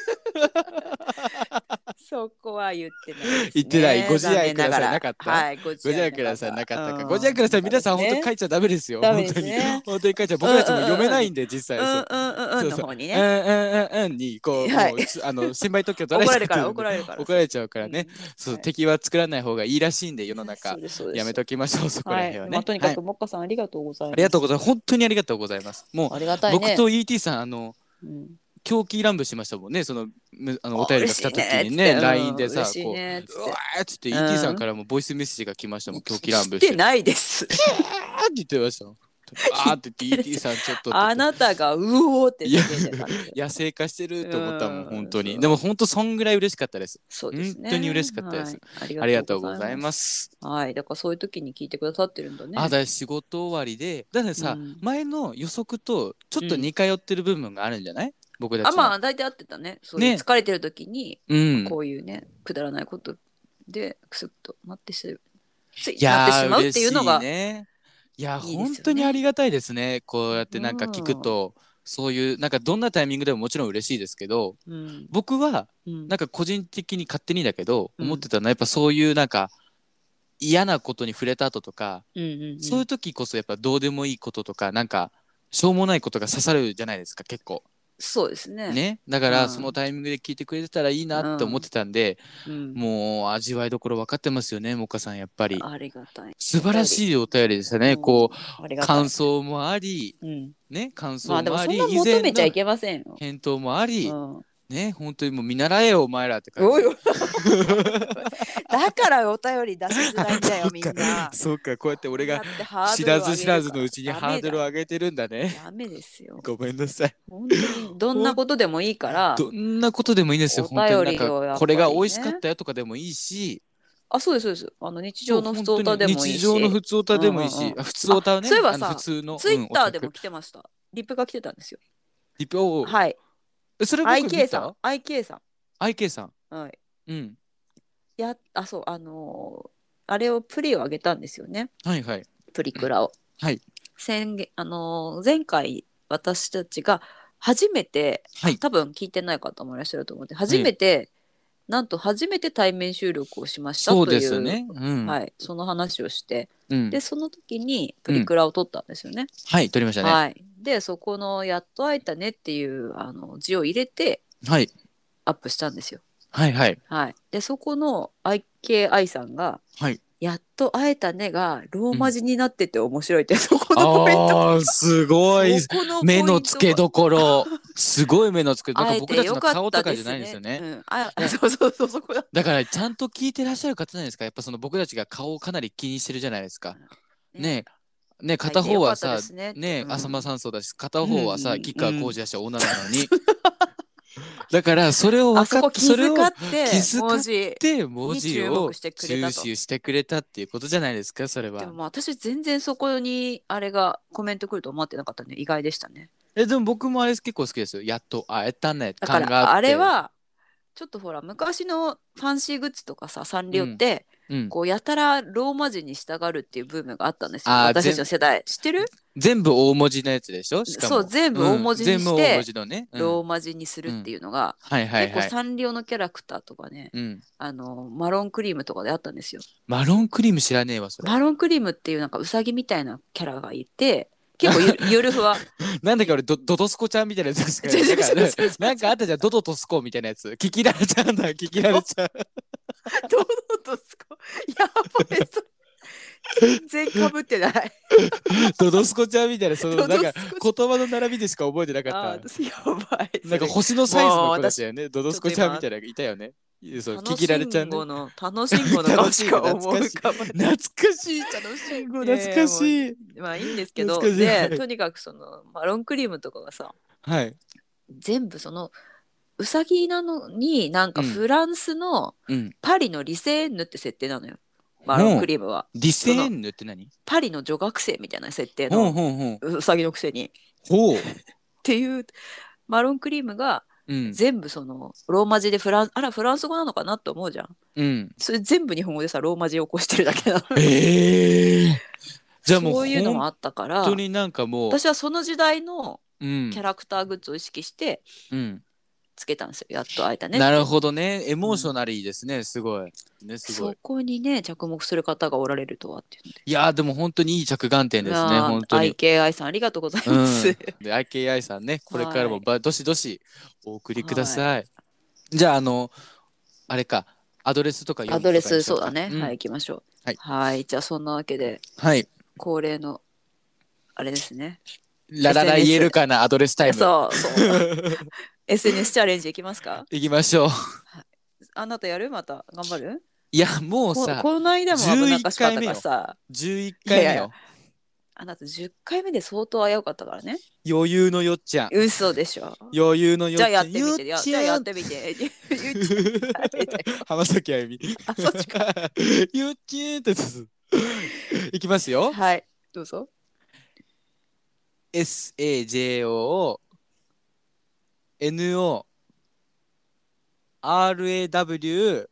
Speaker 2: そこは言ってないです、ね。
Speaker 1: 言ってないご自愛
Speaker 2: 残念
Speaker 1: くだ
Speaker 2: がら
Speaker 1: さいなかった
Speaker 2: はい、ご自
Speaker 1: ご自愛くださいなかったか。ご自愛ください。皆さん、本当に書
Speaker 2: い
Speaker 1: いちゃダメですよ。
Speaker 2: ダメ
Speaker 1: 本
Speaker 2: で
Speaker 1: 当
Speaker 2: す
Speaker 1: に
Speaker 2: ね。
Speaker 1: 本当に書いちゃ、僕たちも読めないんで、実
Speaker 2: う
Speaker 1: 際。
Speaker 2: ん
Speaker 1: そう
Speaker 2: うんうんうん
Speaker 1: そう
Speaker 2: の
Speaker 1: そう
Speaker 2: 方に
Speaker 1: うん
Speaker 2: ね。
Speaker 1: うんうんうんにこう、
Speaker 2: はい
Speaker 1: もうあの新米特許取
Speaker 2: 怒
Speaker 1: られち
Speaker 2: ら
Speaker 1: ゃ
Speaker 2: れる
Speaker 1: れ
Speaker 2: から怒られるから。
Speaker 1: 怒られちゃうからね。そう、
Speaker 2: はい
Speaker 1: 敵は作らない方がいいらしいんで世の中
Speaker 2: そうですそうです
Speaker 1: やめときましょうそこら
Speaker 2: はい
Speaker 1: 辺はね、
Speaker 2: まあとにか
Speaker 1: はい
Speaker 2: くもっかさんありがとうございます。
Speaker 1: ありがとうございます本当にありがとうございますも
Speaker 2: ありが
Speaker 1: う、
Speaker 2: たいね。
Speaker 1: 僕と ET さんあの
Speaker 2: うん
Speaker 1: 狂気乱舞しましたもんねそのむあの
Speaker 2: あ
Speaker 1: お便りが来た時にね LINE でさ
Speaker 2: 嬉しい
Speaker 1: こう
Speaker 2: ねっつって
Speaker 1: う
Speaker 2: うん
Speaker 1: わーっつって ET
Speaker 2: 嬉しいねっつってうん
Speaker 1: さんからもボイスメッセージが来ましたもん狂気乱舞
Speaker 2: 来てないで
Speaker 1: あ
Speaker 2: す。
Speaker 1: ーって言ってましたもんあーって DT さんちょっと
Speaker 2: あなたがうおーって叫んでたんですよ
Speaker 1: 野生化してると思ったもん
Speaker 2: うん
Speaker 1: 本当に
Speaker 2: そう
Speaker 1: でも本当そんぐらい嬉しかったです
Speaker 2: そうですね。
Speaker 1: 本当に嬉しかったです
Speaker 2: はい。。
Speaker 1: ありがとうございますす
Speaker 2: はい、だからそういう時に聞いてくださってるんだね。
Speaker 1: あだから仕事終わりでだからさ、
Speaker 2: うん
Speaker 1: 前の予測とちょっと
Speaker 2: うん
Speaker 1: 似通ってる部分があるんじゃない、僕たち
Speaker 2: あ
Speaker 1: の
Speaker 2: まあ大体合ってたね。そういう
Speaker 1: ね
Speaker 2: 疲れてる時に
Speaker 1: うん
Speaker 2: こういうね、くだらないことでクスッとなってしつい
Speaker 1: いやー
Speaker 2: なってしまうっていうのが
Speaker 1: 嬉しいねいや
Speaker 2: いいですよね
Speaker 1: 本当にありがたいですねこうやってなんか聞くと、そういうなんかどんなタイミングでももちろん嬉しいですけど
Speaker 2: うん
Speaker 1: 僕は
Speaker 2: うん
Speaker 1: なんか個人的に勝手にだけど
Speaker 2: うん
Speaker 1: 思ってたのはやっぱそういうなんか嫌なことに触れた後とか、
Speaker 2: うんうん
Speaker 1: そういう時こそやっぱどうでもいいこととかなんかしょうもないことが刺さるじゃないですか結構
Speaker 2: そうですね。
Speaker 1: ねだか
Speaker 2: う
Speaker 1: ら
Speaker 2: ん
Speaker 1: そのタイミングで聞いてくれてたらいいなって思ってたんで、
Speaker 2: うん
Speaker 1: もう味わいどころ分かってますよねもかさんやっぱり
Speaker 2: ありがたい。
Speaker 1: 素晴らしいお便りでしたね、
Speaker 2: うん
Speaker 1: こ
Speaker 2: あり
Speaker 1: う
Speaker 2: がたい
Speaker 1: 感。想もあり
Speaker 2: うん。
Speaker 1: ね感想
Speaker 2: まあで
Speaker 1: も
Speaker 2: も
Speaker 1: あ
Speaker 2: そん
Speaker 1: り、
Speaker 2: な求めちゃい
Speaker 1: 以前の
Speaker 2: けませんよ。
Speaker 1: 返答もあり、
Speaker 2: うん
Speaker 1: ね本当にもう見習えよお前らって感
Speaker 2: お
Speaker 1: じ
Speaker 2: いおい だからお便り出しづらいん だよみんな。
Speaker 1: そうかこうやって俺が
Speaker 2: だってハード
Speaker 1: 知
Speaker 2: ル
Speaker 1: ら
Speaker 2: を上げるから
Speaker 1: ず知らずのうちにハードルを上げてるんだね。
Speaker 2: ダメですよ。
Speaker 1: ごめんなさい。
Speaker 2: 本当 にどんなことでもいいから。
Speaker 1: どんなことでもいいんですよ。
Speaker 2: お
Speaker 1: 本当に
Speaker 2: 便り
Speaker 1: な
Speaker 2: を
Speaker 1: ん
Speaker 2: やっぱり
Speaker 1: か
Speaker 2: ね
Speaker 1: これが美味しかったよとかでもいいし、
Speaker 2: あ、そうです、そうです。あの日常の普通歌でもいい
Speaker 1: 日
Speaker 2: し。
Speaker 1: 常の普通歌でもいい
Speaker 2: うんう
Speaker 1: し
Speaker 2: ん、
Speaker 1: あ普通歌はね、
Speaker 2: あそういえばさ
Speaker 1: あの普通の
Speaker 2: ツイッターで。
Speaker 1: う
Speaker 2: も
Speaker 1: んお得
Speaker 2: 来てました。リップが来てたんですよ。
Speaker 1: リピを
Speaker 2: はい。
Speaker 1: それ僕見た
Speaker 2: IK さん。IK さ
Speaker 1: IK さ
Speaker 2: ん。はい。
Speaker 1: ん。うん。
Speaker 2: や、あ、そう、あのーあれをプリをあげたんですよね。
Speaker 1: はいはい。
Speaker 2: プリクラを。
Speaker 1: はい。
Speaker 2: 先月、あのー前回私たちが初めて、
Speaker 1: はい。
Speaker 2: 多分聞いてない方もいらっしゃると思って、初めて、なんと初めて対面収録をしましたと
Speaker 1: そ
Speaker 2: い。
Speaker 1: ううですね。うん。
Speaker 2: はい、その話をして、
Speaker 1: うん
Speaker 2: でその時にプリクラを撮ったんですよね。
Speaker 1: はい、撮りましたね。
Speaker 2: はい、でそこの「やっと会えたね」っていうあの字を入れて
Speaker 1: はい。
Speaker 2: アップしたんですよ。
Speaker 1: はいはい。
Speaker 2: はい、でそこの IKI さんが
Speaker 1: はい。
Speaker 2: 「やっと会えたね」がローマ字になってて面白いって、そこのポイント
Speaker 1: あー、すごい。
Speaker 2: そこのポイント
Speaker 1: 目の付けどころ。すごい目の付けどこ
Speaker 2: あ
Speaker 1: ろ。
Speaker 2: え
Speaker 1: 僕
Speaker 2: て
Speaker 1: たち
Speaker 2: よ
Speaker 1: の
Speaker 2: か
Speaker 1: 顔
Speaker 2: っ
Speaker 1: と
Speaker 2: た
Speaker 1: か
Speaker 2: で
Speaker 1: じゃ
Speaker 2: す
Speaker 1: ない
Speaker 2: ね。
Speaker 1: ですよね
Speaker 2: う。ん、あそうそうそうそこだ。
Speaker 1: だからちゃんと聞いてらっしゃる方なんですかやっぱその僕たちが顔をかなり気にしてるじゃないですか。ねえねえ片方は
Speaker 2: あえてよか
Speaker 1: さ
Speaker 2: ったですね
Speaker 1: ねえ
Speaker 2: うん
Speaker 1: 浅間山荘だし片方は
Speaker 2: うん
Speaker 1: さ
Speaker 2: うん
Speaker 1: 吉川浩司だし女なの に。だからそれを
Speaker 2: あ
Speaker 1: 分
Speaker 2: そ
Speaker 1: か
Speaker 2: こ
Speaker 1: っ
Speaker 2: 気
Speaker 1: てそれ
Speaker 2: 遣
Speaker 1: を
Speaker 2: って
Speaker 1: 気遣っ
Speaker 2: 文字。
Speaker 1: で文字を
Speaker 2: に注目してくれた
Speaker 1: 重
Speaker 2: と
Speaker 1: 視してくれたっていうことじゃないですかそれ
Speaker 2: で
Speaker 1: は
Speaker 2: も。私全然そこにあれがコメント来ると思ってなかったね意外でしたね。
Speaker 1: えでも僕もあれ結構好きですよ。やっと会えたね
Speaker 2: だか
Speaker 1: 感が
Speaker 2: ら
Speaker 1: あ
Speaker 2: あ
Speaker 1: って
Speaker 2: れはちょっとほら昔のファンシーグッズとかさサンリオって、
Speaker 1: うん
Speaker 2: こうやたらローマ字に従るっていうブームがあったんですよ
Speaker 1: あー
Speaker 2: 私たちの世代知ってる
Speaker 1: 全部大文字のやつでしょしかも
Speaker 2: そう全部大文字にして
Speaker 1: うん全部大文字のね。うん
Speaker 2: ローマ字にするっていうのが、
Speaker 1: はいはいは
Speaker 2: 結構
Speaker 1: い。
Speaker 2: サンリオのキャラクターとかね
Speaker 1: うん
Speaker 2: あのマロンクリームとかであったんですよ
Speaker 1: マロンクリーム知らねえわそれ。
Speaker 2: マロンクリームっていうなんかウサギみたいなキャラがいて結構ゆゆるふわ
Speaker 1: なんだっけ俺ドドドスコちゃんみたいなやつですか
Speaker 2: 違う違う違う違う
Speaker 1: なんかあったじゃんドドとスコみたいなやつ聞きられちゃうんだ聞きられちゃう
Speaker 2: どうどうですかやばいそれ全然かぶってない
Speaker 1: ドドスコちゃんみたいなその
Speaker 2: どう
Speaker 1: なん
Speaker 2: ど
Speaker 1: か
Speaker 2: うすか
Speaker 1: 言葉の並びでしか覚えてなか
Speaker 2: あ
Speaker 1: った
Speaker 2: ーやばい
Speaker 1: なんか星のサイズの子だったよねドドスコちゃんみたいなのがいたよねそう聞きられちゃうね
Speaker 2: 楽しんごの楽しんごの顔しか思い浮かばない。
Speaker 1: 懐かしい楽しい懐かしい、
Speaker 2: まあいいんですけど、
Speaker 1: 懐かしいは
Speaker 2: で
Speaker 1: い
Speaker 2: とにかくそのマロンクリームとかがさ
Speaker 1: はい、
Speaker 2: 全部そのうさぎなのになんか
Speaker 1: うん
Speaker 2: フランスの
Speaker 1: うん、
Speaker 2: パリのリセーヌって設定なのよ、マロンクリームは。
Speaker 1: ディセーンヌって何
Speaker 2: パリの女学生みたいな設定
Speaker 1: ほう
Speaker 2: の
Speaker 1: ほうほう
Speaker 2: うさぎのくせに。っ
Speaker 1: ほう、
Speaker 2: ていうマロンクリームが
Speaker 1: うん
Speaker 2: 全部そのローマ字でフランあらフランス語なのかなと思うじゃん。
Speaker 1: うん、
Speaker 2: それ全部日本語でさローマ字を起こしてるだけなの。
Speaker 1: ええー、じゃあもう
Speaker 2: そういうのもあ
Speaker 1: 本
Speaker 2: ったから
Speaker 1: 当になんかもう、
Speaker 2: 私はその時代の
Speaker 1: うん
Speaker 2: キャラクターグッズを意識して
Speaker 1: うん、
Speaker 2: つけたんですよ、やっと会えたね
Speaker 1: なるほどね。エモーショナリーですね。すごい。ね、すご
Speaker 2: そ
Speaker 1: い。
Speaker 2: こにね着目する方がおられるとはっていう
Speaker 1: いやー、でも本当にいい着眼点
Speaker 2: の
Speaker 1: で
Speaker 2: で
Speaker 1: すね。
Speaker 2: まあ
Speaker 1: 本当に。
Speaker 2: IKI さんありがとうござい
Speaker 1: うん
Speaker 2: ます、
Speaker 1: で、IKI さんね、これからもば、どしどしお送りください。じゃあ、あの、あれか、アドレスとか読
Speaker 2: ア
Speaker 1: むと
Speaker 2: ド
Speaker 1: か
Speaker 2: レ
Speaker 1: にしよ
Speaker 2: スそう
Speaker 1: か
Speaker 2: だね、
Speaker 1: ん
Speaker 2: はい行きましょう
Speaker 1: はい
Speaker 2: じゃあそんなわけで
Speaker 1: はい。
Speaker 2: 恒例のあれですね
Speaker 1: ラララ
Speaker 2: SNS
Speaker 1: 言えるかな、アドレスタイム。
Speaker 2: そうそう SNS チャレンジいきますか
Speaker 1: 行きましょう。
Speaker 2: あなたやるまた頑張る
Speaker 1: いや、もう
Speaker 2: こ
Speaker 1: さ、
Speaker 2: この間も危なっかしかったからさ
Speaker 1: 11回目
Speaker 2: いやい
Speaker 1: よ
Speaker 2: や。あなた10回目で相当危うかったからね。
Speaker 1: 余裕のよっちゃん。
Speaker 2: 嘘でしょ。
Speaker 1: 余裕のよっ
Speaker 2: じ
Speaker 1: ち
Speaker 2: ゃ
Speaker 1: ゃ
Speaker 2: あ
Speaker 1: ん。
Speaker 2: やってみて。
Speaker 1: よ
Speaker 2: や
Speaker 1: っ
Speaker 2: じ
Speaker 1: ち
Speaker 2: ゃ
Speaker 1: ゃ
Speaker 2: あ
Speaker 1: ん
Speaker 2: やってみて。ゆっち
Speaker 1: 浜崎あゆみ。
Speaker 2: ゃんあ、そっ ちか。
Speaker 1: ゆっちーんってやついきますよ。
Speaker 2: はい。どうぞ。
Speaker 1: SAJOO NO RAW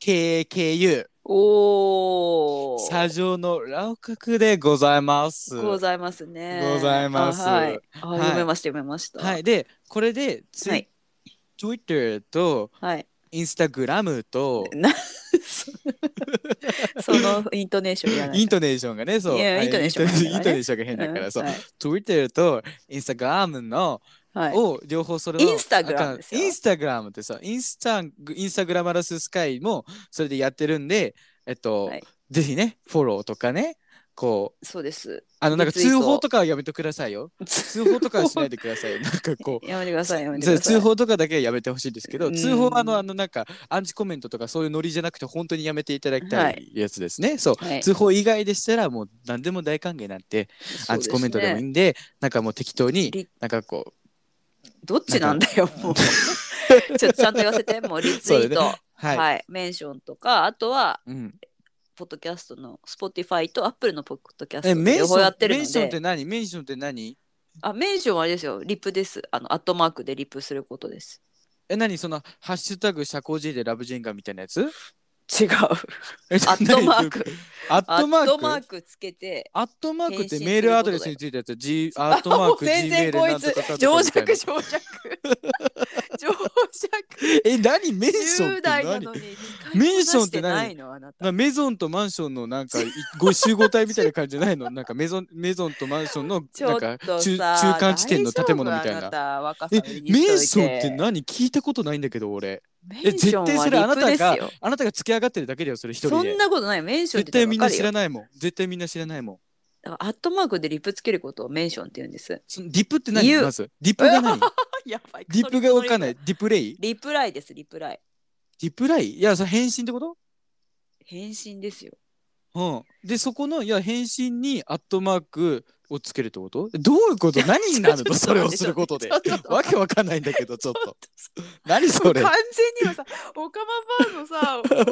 Speaker 1: KKU
Speaker 2: おお。
Speaker 1: スタジオのラオカクでございます。
Speaker 2: ございますね。
Speaker 1: ございます
Speaker 2: あはい。あ
Speaker 1: はい
Speaker 2: 読めました読めました。
Speaker 1: はい、。でこれでツイ、
Speaker 2: はい。
Speaker 1: Twitter と
Speaker 2: はい。
Speaker 1: Instagram と
Speaker 2: なそそのイントネーションいらない。
Speaker 1: イントネーションがねそう
Speaker 2: いや
Speaker 1: はい
Speaker 2: イントネーションが変
Speaker 1: イ
Speaker 2: だからね
Speaker 1: ントネーションが変だから、そう
Speaker 2: うんはい
Speaker 1: Twitter と Instagram の
Speaker 2: はい。
Speaker 1: を両方それ
Speaker 2: インスタグラムですよ
Speaker 1: インスタグラムってさインスタインスタグラマラススカイもそれでやってるんでえっと、
Speaker 2: はい
Speaker 1: ぜひねフォローとかねこう
Speaker 2: そう です。
Speaker 1: あのなんか
Speaker 2: リツイ
Speaker 1: 通
Speaker 2: ート
Speaker 1: 報とかはやめてくださいよ通報とかはしないでくださいよ なんかこう
Speaker 2: やめてくださいやめてく
Speaker 1: そう
Speaker 2: ださい。
Speaker 1: 通報とかだけはやめてほしいんですけど
Speaker 2: うん
Speaker 1: 通報はあのあのなんかアンチコメントとかそういうノリじゃなくて本当にやめていただきた
Speaker 2: はい
Speaker 1: やつですね、そう
Speaker 2: はい。
Speaker 1: 通報以外でしたらもう何でも大歓迎なんて、アンチコメントでもいい
Speaker 2: い。
Speaker 1: んでなんかもう適当に
Speaker 2: リ
Speaker 1: なんかこう
Speaker 2: どっちなんだよもう。 ちょっとちゃんと言わせてもうリツ
Speaker 1: そ
Speaker 2: イ
Speaker 1: う
Speaker 2: ー
Speaker 1: だ
Speaker 2: ト、
Speaker 1: はい、
Speaker 2: はい、メンションとかあとは
Speaker 1: うん
Speaker 2: ポッドキャストの Spotify と Apple のポッドキャス
Speaker 1: え、
Speaker 2: トで
Speaker 1: メン
Speaker 2: 両
Speaker 1: シ
Speaker 2: 方
Speaker 1: ョ
Speaker 2: や
Speaker 1: ン
Speaker 2: ってる
Speaker 1: メ
Speaker 2: の
Speaker 1: ンションっ
Speaker 2: で
Speaker 1: て何メンションって何
Speaker 2: あメンションはあれですよリプですあのアットマークでリプすることです
Speaker 1: え、何その、ハッシュタグ、社交辞令でラブジェンガみたいなやつ
Speaker 2: 違う
Speaker 1: え
Speaker 2: アットマー。
Speaker 1: 何
Speaker 2: ク
Speaker 1: アッ
Speaker 2: ア
Speaker 1: トマ
Speaker 2: ッ
Speaker 1: ー
Speaker 2: トマー
Speaker 1: ク
Speaker 2: クつけて
Speaker 1: アットマークっ
Speaker 2: 返信
Speaker 1: て
Speaker 2: する
Speaker 1: メールアドレスについたやつ、G、アットマーク、
Speaker 2: あもう全
Speaker 1: Gmail
Speaker 2: 然こい
Speaker 1: なん
Speaker 2: つ
Speaker 1: とかかんと
Speaker 2: 情
Speaker 1: かみたい
Speaker 2: 弱
Speaker 1: な。
Speaker 2: 情弱情弱
Speaker 1: え、何メンションっ
Speaker 2: 10
Speaker 1: て
Speaker 2: 代なの
Speaker 1: 何
Speaker 2: に
Speaker 1: メンションって何
Speaker 2: 使いこなしてないのあなた
Speaker 1: なメゾンとマンションのなんかいご集合体みたいな感じじゃないの なんかメゾンメゾンとマンションの
Speaker 2: ち
Speaker 1: な
Speaker 2: ょ
Speaker 1: ん
Speaker 2: っと
Speaker 1: か
Speaker 2: さ
Speaker 1: 中中間地点の建物みたい
Speaker 2: 大丈夫あ
Speaker 1: な。
Speaker 2: た若さ
Speaker 1: え
Speaker 2: 売り、にしといて
Speaker 1: メンションって何聞いたことないんだけど俺。
Speaker 2: メ
Speaker 1: え、
Speaker 2: ンシ
Speaker 1: 絶
Speaker 2: ョン
Speaker 1: 対
Speaker 2: は
Speaker 1: それあな
Speaker 2: リプ
Speaker 1: た
Speaker 2: です
Speaker 1: が
Speaker 2: よ、
Speaker 1: あなたが付き上がってるだけだよ、それ一人で。
Speaker 2: そんなことないメンションっ
Speaker 1: 絶
Speaker 2: て
Speaker 1: 対
Speaker 2: 言っ
Speaker 1: みん
Speaker 2: たら
Speaker 1: な
Speaker 2: 分
Speaker 1: 知
Speaker 2: かる
Speaker 1: ら
Speaker 2: よ
Speaker 1: ないもん。絶対みんな知らないもん。
Speaker 2: だからアットマークでリプつけることをメンションって言うんです
Speaker 1: そのディップって何
Speaker 2: You
Speaker 1: まずディップが 何
Speaker 2: やばい
Speaker 1: ディップがわかんない。ディプレイ
Speaker 2: リプライですリプライ
Speaker 1: ディプライいや、それ返信ってこと
Speaker 2: 返信ですよ
Speaker 1: うん。で、そこの、いや、返信にアットマークをつけるってことどういうこと何になる
Speaker 2: ち
Speaker 1: の
Speaker 2: ょっと
Speaker 1: それをすることで
Speaker 2: ちょっと待っ。て
Speaker 1: わけわかんないんだけ ど、ちょっと。何それ
Speaker 2: 全にはさオカマバーのさオカマ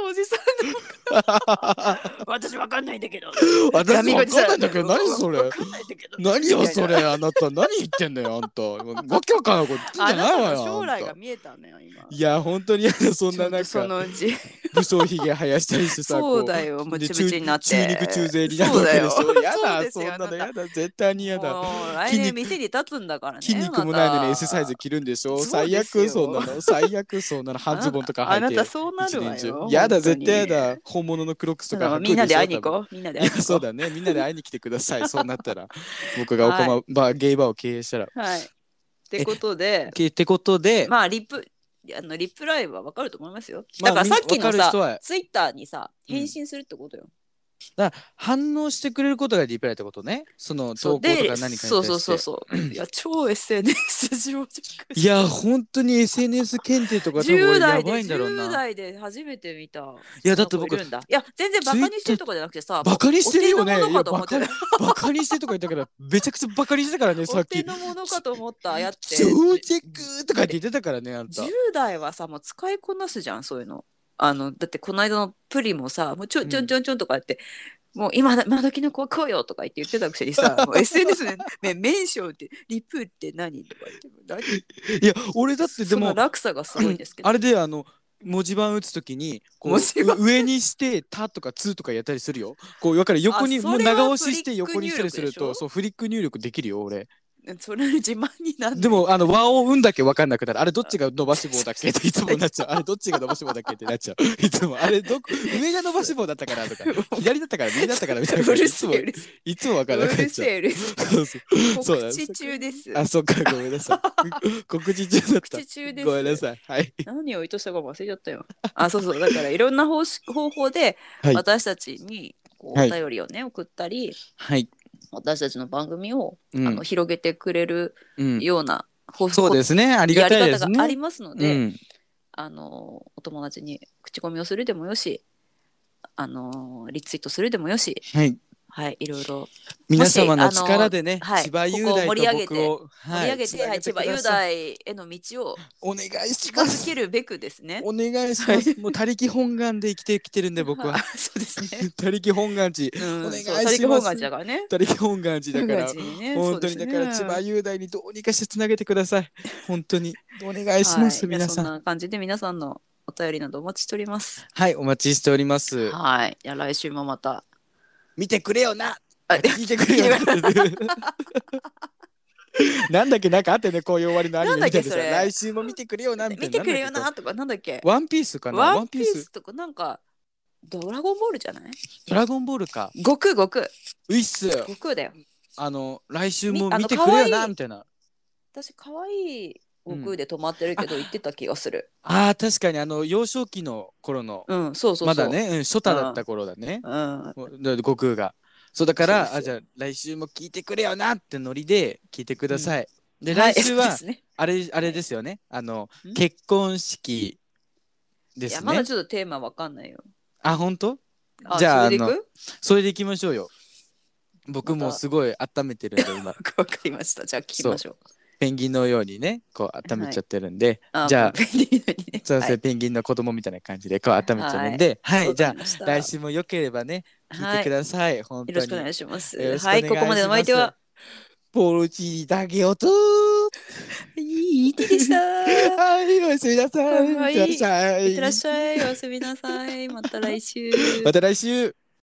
Speaker 2: のおじさん私わかんないんだけど
Speaker 1: 私
Speaker 2: 闇
Speaker 1: わ
Speaker 2: 口さ
Speaker 1: かんないんだけど、何それ
Speaker 2: わかんないんだけど
Speaker 1: 何よ、そ
Speaker 2: いやい
Speaker 1: れ。あなた、何言ってんだよ、あんた。わけわかんないこと言ってんじ
Speaker 2: や
Speaker 1: ゃ
Speaker 2: あな
Speaker 1: ないわ
Speaker 2: たの
Speaker 1: よ。
Speaker 2: 将来
Speaker 1: あ
Speaker 2: が
Speaker 1: んた
Speaker 2: 見えたね今
Speaker 1: いや、本当に嫌だ、そんななん
Speaker 2: ちょっとそ
Speaker 1: か、
Speaker 2: のうち
Speaker 1: 武装ひげ生やしたりしてさ、こ
Speaker 2: そうだよムチムチになって
Speaker 1: 中中肉中背になるわけでし
Speaker 2: そう
Speaker 1: ょ。
Speaker 2: だ
Speaker 1: や
Speaker 2: よ そう
Speaker 1: だ、
Speaker 2: です
Speaker 1: そん
Speaker 2: よ
Speaker 1: なの
Speaker 2: あなた
Speaker 1: やだ、絶対にやだ。
Speaker 2: もう来
Speaker 1: 筋
Speaker 2: 年
Speaker 1: 肉
Speaker 2: 店に立つんだからね
Speaker 1: 筋肉もないのに S サイズ
Speaker 2: 着
Speaker 1: 着るんでしょ
Speaker 2: そう
Speaker 1: 最
Speaker 2: で
Speaker 1: 悪
Speaker 2: すよ
Speaker 1: そんなの最悪そんなの半ズボンとか
Speaker 2: あ
Speaker 1: 履
Speaker 2: ないた
Speaker 1: て
Speaker 2: そうなるわ
Speaker 1: 一年
Speaker 2: よ
Speaker 1: 中やだ
Speaker 2: 本当
Speaker 1: 絶
Speaker 2: に
Speaker 1: 対やだ本物のクロックスと
Speaker 2: だ
Speaker 1: か
Speaker 2: から
Speaker 1: 履くでしょ
Speaker 2: みんなで会いに行
Speaker 1: 多分
Speaker 2: こうみんなで
Speaker 1: い
Speaker 2: 会い
Speaker 1: や
Speaker 2: に行こ う
Speaker 1: そうだねみんなで会いに来てくださ いそうなったら僕がオカマ、
Speaker 2: は
Speaker 1: バーゲイバーを経営したら。
Speaker 2: はいってことで
Speaker 1: けってことで、
Speaker 2: まあリプあのリプライはわかると思いますよ
Speaker 1: まあ
Speaker 2: だからさっきの
Speaker 1: わかる人
Speaker 2: さ
Speaker 1: は
Speaker 2: ツイッターにさ
Speaker 1: うん
Speaker 2: 返信するってことよ
Speaker 1: 反応してくれることがリプライってことねその
Speaker 2: そ
Speaker 1: 投稿
Speaker 2: う
Speaker 1: とか何か
Speaker 2: で
Speaker 1: に対して
Speaker 2: そうそうそうそうい や超 SNS 上弱
Speaker 1: いや本当に SNS 検定とか多分
Speaker 2: 10
Speaker 1: 俺や
Speaker 2: 代で
Speaker 1: ばいんだろう
Speaker 2: 10
Speaker 1: な
Speaker 2: 代で初めて見た
Speaker 1: いやだって僕
Speaker 2: そんな子いるんだいや全然バカにしてるとかじゃなくてさ
Speaker 1: バカにしてるよね
Speaker 2: お手の物かと思って
Speaker 1: いやバカにしてとか言ったからめちゃくちゃバカにしてたからねさ
Speaker 2: お
Speaker 1: っき
Speaker 2: 手の物かと思ったやって
Speaker 1: 超チェックとかって言ってたからねあんた
Speaker 2: 10代はさもう使いこなすじゃんそういうのあのだってこの間のプリもさもうちょんちょんちょんちょんとかやって、もう今だ今時の子はこうよとか言って言ってたくせにさ もう SNS で、ね、メンションってリプって何とか言って何
Speaker 1: いや俺だってで
Speaker 2: その
Speaker 1: も
Speaker 2: 落差がすごいんですけど
Speaker 1: あれであの文字盤打つときにこう
Speaker 2: 文字盤
Speaker 1: う上にして「た」とか「つ」とかやったりするよこうだから横に
Speaker 2: あ
Speaker 1: もう
Speaker 2: それは
Speaker 1: 長押しして横にしたりする
Speaker 2: フリック入
Speaker 1: と
Speaker 2: 力でしょ
Speaker 1: そうフリック入力できるよ俺
Speaker 2: それ自慢になる
Speaker 1: でもあの和を「うん」だけ分かんなくなるあれどっちが伸ばし棒だっ けっていつもなっちゃうあれどっちが伸ばし棒だっけってなっちゃういつもあれどこ上が伸ばし棒だったからと か左だったから右だったからみたいな
Speaker 2: う
Speaker 1: 感じ
Speaker 2: る
Speaker 1: いつ
Speaker 2: せ
Speaker 1: も
Speaker 2: えうるせ
Speaker 1: いつも分
Speaker 2: え
Speaker 1: か
Speaker 2: う
Speaker 1: らなくなっ
Speaker 2: る
Speaker 1: ち
Speaker 2: せ
Speaker 1: ゃう
Speaker 2: えうるせ
Speaker 1: そうそう
Speaker 2: え
Speaker 1: そうなんで
Speaker 2: 告
Speaker 1: す
Speaker 2: 知中です
Speaker 1: あ そっかごめんなさ い告知中だった
Speaker 2: 告知中です
Speaker 1: ごめんなさいはい
Speaker 2: 何を意図したかも忘れちゃったよ。あ、そうそう。だからいろんな方式方法で
Speaker 1: はい
Speaker 2: 私たちにこう
Speaker 1: は
Speaker 2: お
Speaker 1: い
Speaker 2: 便りをね、送ったり、
Speaker 1: はい
Speaker 2: 私たちの番組を、
Speaker 1: うん
Speaker 2: あの広げてくれる
Speaker 1: うん
Speaker 2: ような方
Speaker 1: そうですね。ありが
Speaker 2: やり
Speaker 1: たいです
Speaker 2: 方があ
Speaker 1: ね
Speaker 2: り。ますの
Speaker 1: う
Speaker 2: で、
Speaker 1: ん、
Speaker 2: あのお友達に口コミをするでもよし、あのリツイートするでもよし、
Speaker 1: はい。
Speaker 2: はい、いろいろ
Speaker 1: 皆様の力でね
Speaker 2: もしあのは
Speaker 1: 千
Speaker 2: い
Speaker 1: 葉雄大と僕を
Speaker 2: 盛り上げて、はい、千葉雄
Speaker 1: 大
Speaker 2: 大への道を
Speaker 1: お願いし
Speaker 2: 近
Speaker 1: ます
Speaker 2: づけるべくですね。
Speaker 1: お願いしますもう他力本願で生きてきてるんで僕は
Speaker 2: あそうですね。
Speaker 1: 他力本願地
Speaker 2: うん、
Speaker 1: お願いします
Speaker 2: そう他力本願寺だからね。
Speaker 1: 他力本願地だか
Speaker 2: 本願
Speaker 1: ら
Speaker 2: 寺にね
Speaker 1: 本当にだから千葉雄大にどうにかしてつなげてください本当にお願いし
Speaker 2: そうで
Speaker 1: ますす
Speaker 2: ねはい
Speaker 1: 皆さ
Speaker 2: そん
Speaker 1: ん
Speaker 2: な感じで皆さんのお便りなどお待ちしております。
Speaker 1: はいお待ちしております
Speaker 2: はい、じゃあ来週も また。
Speaker 1: 見てくれよ な
Speaker 2: あ
Speaker 1: 聞いてくれよな なんだっけなんかあってねこういう終わりのアニメみたいなさ
Speaker 2: なんだっけそれ
Speaker 1: 来週も見てくれよなみたいな
Speaker 2: 見てくれよ
Speaker 1: んだっ
Speaker 2: なとかなんだっけ
Speaker 1: け。ワンピースかな
Speaker 2: ワ
Speaker 1: ワ
Speaker 2: ン
Speaker 1: ン
Speaker 2: ピ
Speaker 1: ピ
Speaker 2: ー
Speaker 1: ー
Speaker 2: ス
Speaker 1: ス
Speaker 2: とかなんかドラゴンボールじゃない？
Speaker 1: ドラゴンボールか
Speaker 2: 悟空悟空
Speaker 1: ウィッス
Speaker 2: 悟空だよ。
Speaker 1: あの来週も
Speaker 2: みあ
Speaker 1: 見
Speaker 2: の
Speaker 1: てくれよ
Speaker 2: 可愛
Speaker 1: ないみたいな
Speaker 2: 私可愛い悟空で止まってるけど、言ってた気がする。
Speaker 1: あー確かにあの幼少期の頃の
Speaker 2: うん、そうそ
Speaker 1: ま
Speaker 2: うそう。
Speaker 1: だ。ね、うん、初太だった頃だね、
Speaker 2: うん。
Speaker 1: だ悟空がそうだから
Speaker 2: そう
Speaker 1: あ
Speaker 2: です
Speaker 1: じゃあ来週も聞いてくれよなってノリで聞いてください、で
Speaker 2: はい
Speaker 1: 来週は、
Speaker 2: そうですね
Speaker 1: あれあれですよねあの
Speaker 2: ん
Speaker 1: 結婚式で
Speaker 2: いや
Speaker 1: す
Speaker 2: ま
Speaker 1: ね
Speaker 2: だちょっとテーマわかんないよ。
Speaker 1: あ本当
Speaker 2: あ
Speaker 1: じゃあ
Speaker 2: それでい
Speaker 1: あの
Speaker 2: く？
Speaker 1: それでいきましょうよ僕もうすごい温めてるんで 今
Speaker 2: わかりました。じゃあ聞きましょう。
Speaker 1: ペンギンのようにねこう温めちゃってるんで、
Speaker 2: あ
Speaker 1: じゃあ
Speaker 2: ペンギンのにね
Speaker 1: そうですね、
Speaker 2: はい
Speaker 1: ペンギンの子供みたいな感じでこう温めちゃうんで、はい、
Speaker 2: わ
Speaker 1: じ
Speaker 2: か
Speaker 1: ゃ
Speaker 2: りまし
Speaker 1: あ
Speaker 2: た
Speaker 1: 来週も良ければね、聞いてください。本当
Speaker 2: よろ
Speaker 1: に
Speaker 2: しくお願いします。
Speaker 1: よろしくお
Speaker 2: は
Speaker 1: 願い
Speaker 2: い、
Speaker 1: します
Speaker 2: ここまでのお相手は、
Speaker 1: ポルチーだけをとー。
Speaker 2: いい手でした。
Speaker 1: はい、おやすみなさい。
Speaker 2: はい
Speaker 1: いってらっしゃい。
Speaker 2: いってらっしゃい。おやすみなさい。また来週。
Speaker 1: また来週。